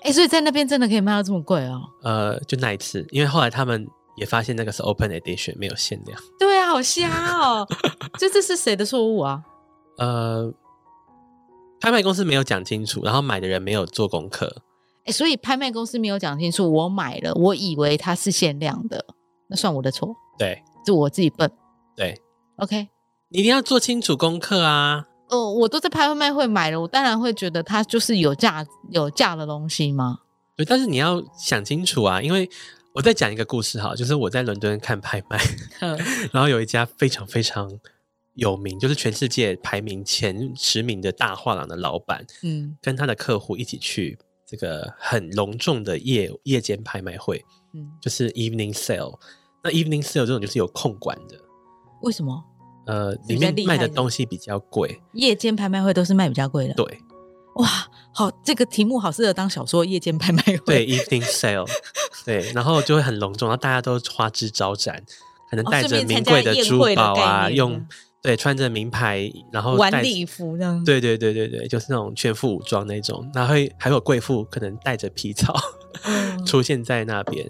S1: 哎，所以在那边真的可以卖到这么贵哦？
S2: 呃，就那一次，因为后来他们也发现那个是 open edition 没有限量。
S1: 对啊，好瞎 哦！就这是谁的错误啊？
S2: 呃，拍卖公司没有讲清楚，然后买的人没有做功课，
S1: 欸，所以拍卖公司没有讲清楚，我买了，我以为它是限量的，那算我的错，
S2: 对
S1: 是我自己笨。
S2: 对，
S1: OK，
S2: 你一定要做清楚功课啊。
S1: 哦，我都在拍卖会买了，我当然会觉得它就是有价有价的东西 嘛。
S2: 对，但是你要想清楚啊，因为我再讲一个故事哈，就是我在伦敦看拍卖， 然后有一家非常非常有名，就是全世界排名前十名的大画廊的老板，
S1: 嗯
S2: 跟他的客户一起去这个很隆重的夜夜间拍卖会，
S1: 嗯，
S2: 就是 evening sale。那 evening sale 这种就是有控管的，
S1: 为什么
S2: 呃，
S1: 比
S2: 里
S1: 较
S2: 面
S1: 厉
S2: 卖
S1: 害
S2: 的
S1: 的
S2: 东西比较贵，
S1: 夜间拍卖会都是卖比较贵的？
S2: 对
S1: 哇，好，这个题目好适合当小说《夜间拍卖会》。
S2: 对，evening sale，对，然后就会很隆重，然后大家都花枝招展，可能
S1: 哦
S2: 带
S1: 顺
S2: 着
S1: 便
S2: 名
S1: 参
S2: 贵
S1: 加宴
S2: 珠
S1: 会的
S2: 宝
S1: 概
S2: 啊，
S1: 念
S2: 用
S1: 嗯
S2: 对穿着名牌，然后
S1: 晚
S2: 带
S1: 礼服这样。，
S2: 对对对对对，就是那种全副武装那种，然后会还有贵妇可能带着皮草
S1: 嗯、
S2: 出现在那边，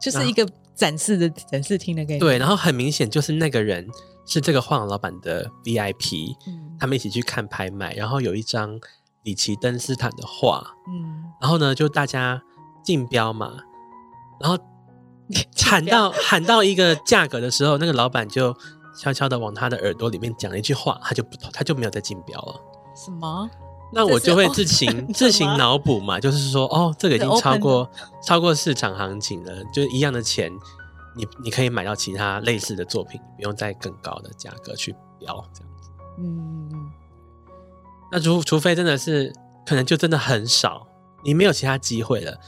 S1: 就是一个展示的展示厅的概念。
S2: 对，然后很明显就是那个人是这个画廊老板的 VIP，、
S1: 嗯
S2: 他们一起去看拍卖，然后有一张里奇登斯坦的画，
S1: 嗯，
S2: 然后呢就大家竞标嘛，然后喊到喊到一个价格的时候，那个老板就悄悄的往他的耳朵里面讲了一句话，他就不他就没有再竞标了。
S1: 什么？
S2: 那我就会
S1: 这是
S2: 自
S1: open
S2: 行
S1: 的
S2: 自行
S1: 吗
S2: 脑补嘛，就是说，哦，这个已
S1: 是
S2: 经
S1: open
S2: 超
S1: 的
S2: 过超过市场行情了，就是一样的钱，你你可以买到其他类似的作品，不用再更高的价格去标这样。
S1: 嗯，
S2: 那除除非真的是可能就真的很少，你没有其他机会了，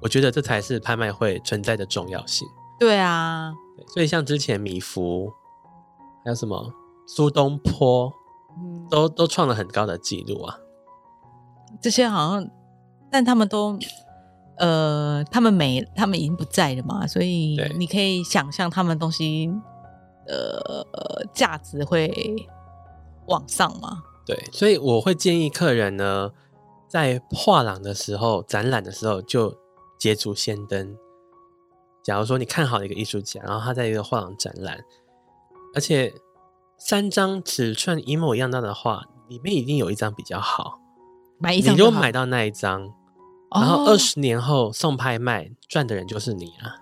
S2: 我觉得这才是拍卖会存在的重要性。
S1: 对啊，
S2: 对所以像之前米芾，还有什么苏东坡，
S1: 嗯，
S2: 都都创了很高的记录啊。
S1: 这些好像，但他们都，呃，他们没，他们已经不在了嘛，所以
S2: 对
S1: 你可以想象他们东西，呃，价值会往上嘛。
S2: 对，所以我会建议客人呢，在画廊的时候、展览的时候就捷足先登。假如说你看好一个艺术家，然后他在一个画廊展览，而且三张尺寸一模一样大的画，里面一定有一张比较好，
S1: 买一
S2: 你
S1: 张
S2: 就
S1: 好
S2: 买，到那一张，
S1: 哦
S2: 然后二十年后送拍卖，赚的人就是你啊。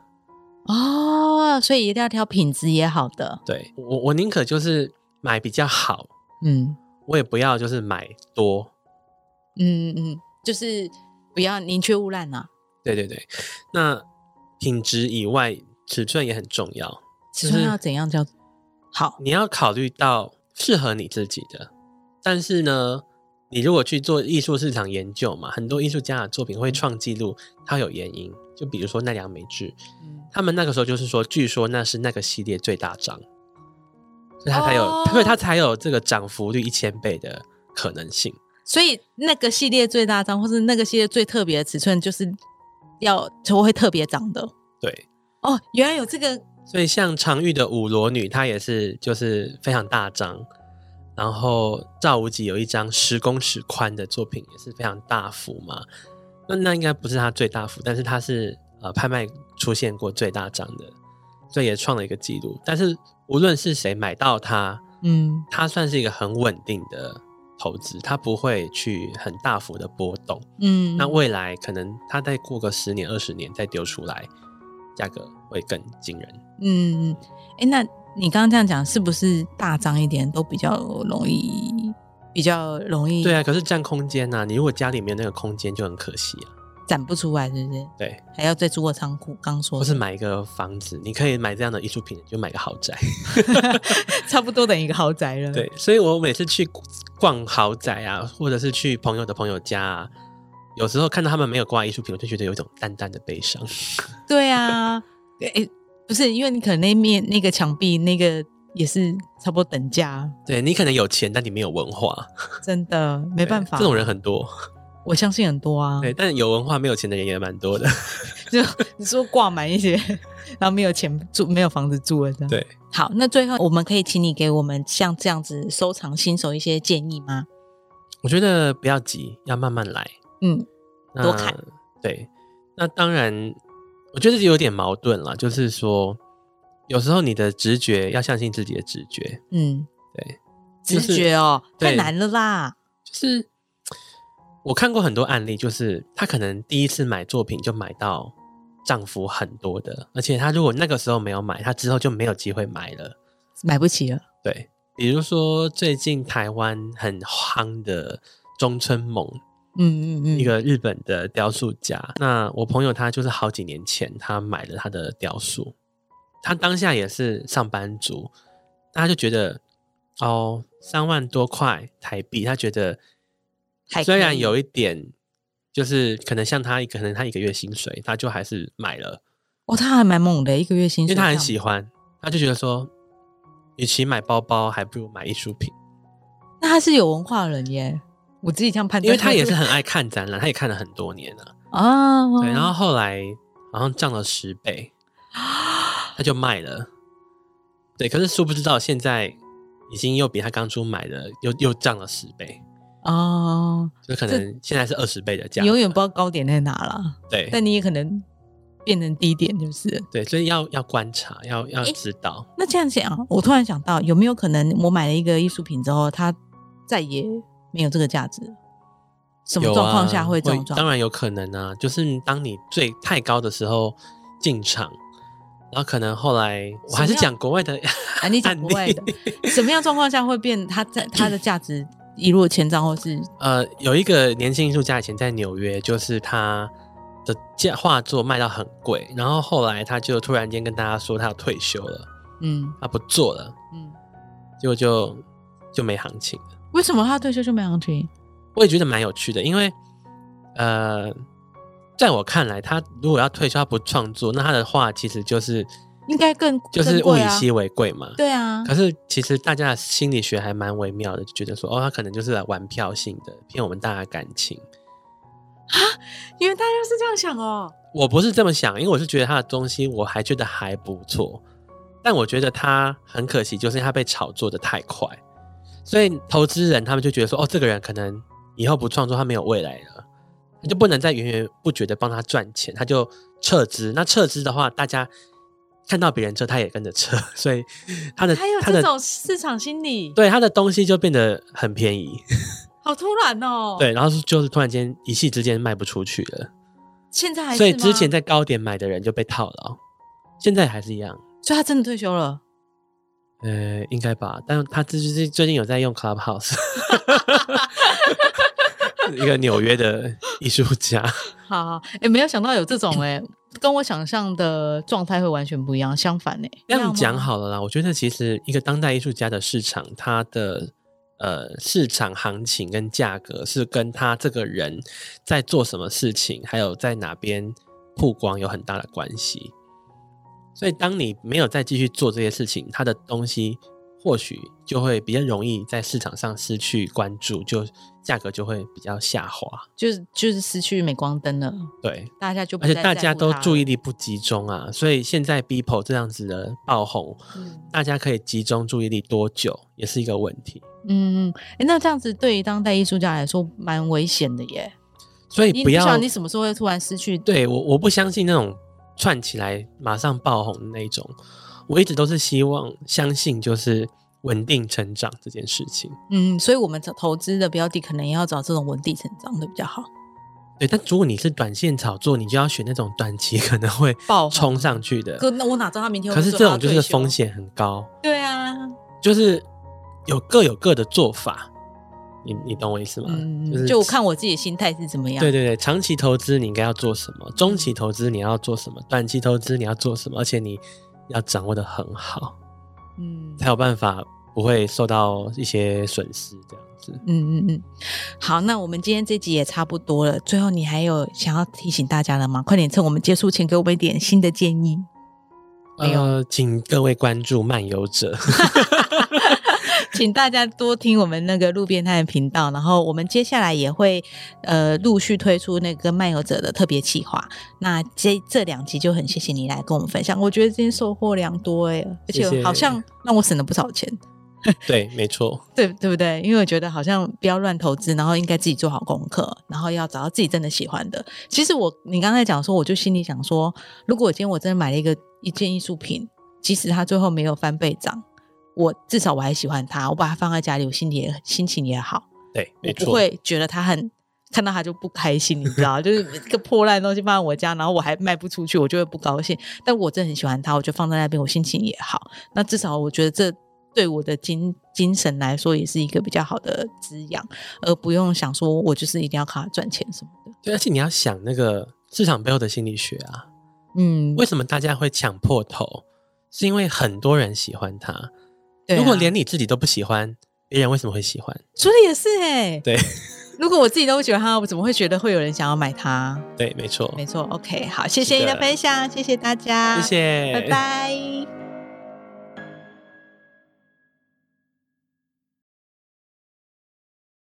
S1: 哦，所以一定要挑品质也好的，
S2: 对我，我宁可就是买比较好，
S1: 嗯
S2: 我也不要就是买多，
S1: 嗯嗯，就是不要宁缺毋滥啊，
S2: 对对对，那品质以外，尺寸也很重要。
S1: 尺
S2: 就
S1: 寸
S2: 是
S1: 要怎样叫好？
S2: 你要考虑到适合你自己的，但是呢，你如果去做艺术市场研究嘛，很多艺术家的作品会创纪录，它有原因。就比如说奈良美智，
S1: 嗯
S2: 他们那个时候就是说，据说那是那个系列最大张，所以他才有，
S1: 哦
S2: 所以他才有这个涨幅率一千倍的可能性。
S1: 所以那个系列最大张，或是那个系列最特别的尺寸，就是要就会特别长的。
S2: 对，
S1: 哦，原来有这个，
S2: 所以像常玉的五裸女，她也是就是非常大张，然后赵无极有一张十公尺宽的作品，也是非常大幅嘛。那那应该不是她最大幅，但是她是呃拍卖出现过最大张的，所以也创了一个记录。但是无论是谁买到它，
S1: 嗯
S2: 它算是一个很稳定的投资，它不会去很大幅的波动。
S1: 嗯，
S2: 那未来可能它再过个十年二十年再丢出来，价格会更惊人。
S1: 嗯，哎、那你刚刚这样讲，是不是大张一点都比较容易，比较容易
S2: 对啊，可是占空间呐、你如果家里没有那个空间，就很可惜啊。
S1: 展不出来，是不是？
S2: 对，
S1: 还要再租个仓库，刚说
S2: 或
S1: 的
S2: 是买一个房子，你可以买这样的艺术品，就买个豪宅。
S1: 差不多等于一个豪宅了。
S2: 对，所以我每次去逛豪宅啊，或者是去朋友的朋友家啊，有时候看到他们没有挂艺术品，我就觉得有一种淡淡的悲伤。
S1: 对啊，哎、不是，因为你可能那面那个墙壁那个也是差不多等价，
S2: 对你可能有钱，但你没有文化，
S1: 真的没
S2: 没
S1: 办法。
S2: 这种人很多。
S1: 我相信很多啊。
S2: 对，但有文化没有钱的人也蛮多的。
S1: 就你说挂满一些，然后没有钱住，没有房子住了这样。
S2: 对，
S1: 好，那最后我们可以请你给我们像这样子收藏新手一些建议吗？
S2: 我觉得不要急，要慢慢来。
S1: 嗯多看
S2: 那。对，那当然，我觉得有点矛盾啦，就是说，有时候你的直觉要相信自己的直觉，
S1: 嗯，
S2: 对，
S1: 直
S2: 就是
S1: 觉哦，
S2: 对
S1: 太难了啦。
S2: 就是我看过很多案例，就是她可能第一次买作品就买到涨幅很多的，而且她如果那个时候没有买，她之后就没有机会买了。
S1: 买不起了。
S2: 对，比如说最近台湾很夯的中村萌，
S1: 嗯嗯嗯，
S2: 一个日本的雕塑家。那我朋友他就是好几年前他买了他的雕塑，他当下也是上班族，那他就觉得哦三万多块台币，他觉得
S1: 还可以
S2: 虽然有一点就是可能像他可能他一个月薪水，他就还是买了，
S1: 哦，他还蛮猛的，一个月薪
S2: 因
S1: 水
S2: 为
S1: 这
S2: 他
S1: 样，
S2: 很喜欢，他就觉得说，与其买包包，还不如买艺术品。
S1: 那他是有文化的人耶，我自己这样判断，
S2: 因为他也是很爱看展览，他也看了很多年了、
S1: 啊，
S2: 对，然后后来好像涨了十 倍，他就卖了。对，可是殊不知道现在已经又比他刚出买的又又涨了十倍，
S1: 哦，
S2: 就可能现在是二十倍的价格，
S1: 你永远不知道高点在哪啦。
S2: 对
S1: 但你也可能变成低点就是了。
S2: 对，所以要要观察，要要知道，
S1: 那这样讲，我突然想到，有没有可能我买了一个艺术品之后，它再也没有这个价值？什么
S2: 有
S1: 状况
S2: 啊
S1: 下会这种状
S2: 当然有可能啊，就是当你最太高的时候进场，然后可能后来我还是
S1: 什么样
S2: 讲国外的
S1: 啊，你讲国外的，什么样状况下会变它在它的价值一落千丈，或是
S2: 呃，有一个年轻艺术家以前在纽约，就是他的价画作卖到很贵，然后后来他就突然间跟大家说他要退休了，
S1: 嗯
S2: 他不做了，
S1: 嗯，
S2: 结果就就没行情了。
S1: 为什么他退休就没行情？
S2: 我也觉得蛮有趣的，因为呃，在我看来，他如果要退休，他不创作，那他的画其实就是
S1: 应该更
S2: 就是
S1: 更
S2: 物
S1: 贵
S2: 以
S1: 啊
S2: 稀为贵嘛。
S1: 对啊，
S2: 可是其实大家的心理学还蛮微妙的，就觉得说哦，他可能就是来玩票性的，骗我们大家感情。
S1: 因为大家是这样想哦。
S2: 我不是这么想，因为我是觉得他的东西我还觉得还不错，但我觉得他很可惜，就是因为他被炒作的太快，所以投资人他们就觉得说，哦，这个人可能以后不创作，他没有未来了，他就不能再源源不绝的帮他赚钱，他就撤资。那撤资的话，大家看到别人撤，他也跟着撤， 所以他的
S1: 还有
S2: 他
S1: 这
S2: 的
S1: 种市场心理，
S2: 对他的东西就变得很便宜，
S1: 好突然哦。，
S2: 对，然后就是突然间一夕之间卖不出去了，
S1: 现在还是
S2: 所以之前
S1: 吗，
S2: 在高点买的人就被套牢，现在还是一样。
S1: 所以他真的退休了。
S2: 呃，应该吧，但他最近最近有在用 Clubhouse，一个纽约的艺术家，
S1: 好好，哎、没有想到有这 种哎、跟我想象的状态会完全不一样，相反哎、
S2: 这样
S1: 吗
S2: 讲好了啦。我觉得其实一个当代艺术家的市场，它的呃市场行情跟价格是跟他这个人在做什么事情，还有在哪边曝光有很大的关系。所以，当你没有再继续做这些事情，他的东西或许就会比较容易在市场上失去关注，就价格就会比较下滑。
S1: 就是就是失去镁光灯了，
S2: 对，
S1: 大家就不
S2: 而且
S1: 再
S2: 大
S1: 在
S2: 家
S1: 乎
S2: 都
S1: 它
S2: 注
S1: 了
S2: 意，力不集中啊，所以现在 Beeple 这样子的爆红，
S1: 嗯
S2: 大家可以集中注意力多久也是一个问题。
S1: 嗯，哎、那这样子对于当代艺术家来说蛮危险的耶。
S2: 所以
S1: 你
S2: 不
S1: 不晓
S2: 要
S1: 得你什么时候会突然失去，
S2: 对我，我不相信那种串起来马上爆红的那种。我一直都是希望相信就是稳定成长这件事情。
S1: 嗯，所以我们投投资的标的可能也要找这种稳定成长的比较好。
S2: 对，但如果你是短线炒作，你就要选那种短期可能会
S1: 爆红
S2: 冲上去的。
S1: 哦哥，那我哪知道他明天会
S2: 可
S1: 不会说
S2: 是这
S1: 他
S2: 种就
S1: 退
S2: 是
S1: 休
S2: 风。险很高。
S1: 对啊，
S2: 就是有各有各的做法，你你懂我意思吗？就
S1: 嗯，
S2: 是
S1: 就我看我自己的心态是怎么样。嗯
S2: 对对对，长期投资你应该要做什么，中期投资你要做什么，短期投资你要做什么，而且你要掌握的很好，
S1: 嗯
S2: 才有办法不会受到一些损失这样子。
S1: 嗯嗯嗯，好，那我们今天这集也差不多了。最后，你还有想要提醒大家的吗？快点趁我们结束前给我们一点新的建议。没有
S2: 呃，请各位关注漫 游者，
S1: 请大家多听我们那个路边摊的频道，然后我们接下来也会呃陆续推出那个漫游者的特别企划。那这这两集就很谢谢你来跟我们分享，我觉得今天收获良多哎、而
S2: 谢
S1: 且
S2: 谢
S1: 好像让我省了不少钱，
S2: 对，没错，
S1: 对对不对？因为我觉得好像不要乱投资，然后应该自己做好功课，然后要找到自己真的喜欢的。其实我你刚才讲说，我就心里想说，如果我今天我真的买了一个一件艺术品，即使它最后没有翻倍涨，我至少我还喜欢它，我把它放在家里，我心里也心情也好，
S2: 对，没
S1: 我不
S2: 错，
S1: 会觉得它很。看到它就不开心，你知道， 就是一个破烂的东西放在我家，然后我还卖不出去，我就会不高兴。但我真的很喜欢它，我就放在那边，我心情也好。那至少我觉得这对我的精精神来说也是一个比较好的滋养，而不用想说我就是一定要靠它赚钱什么的。
S2: 对，而且你要想那个市场背后的心理学啊，
S1: 嗯，
S2: 为什么大家会抢破头？是因为很多人喜欢它。
S1: 对啊
S2: 如果连你自己都不喜欢，别人为什么会喜欢？
S1: 说的也是哎、
S2: 对
S1: 如果我自己都不喜欢它，我怎么会觉得会有人想要买它？
S2: 对，没错，
S1: 没错，OK，好，谢谢
S2: 是
S1: 你
S2: 的
S1: 的分享，谢谢大家，
S2: 谢，谢，
S1: 拜拜。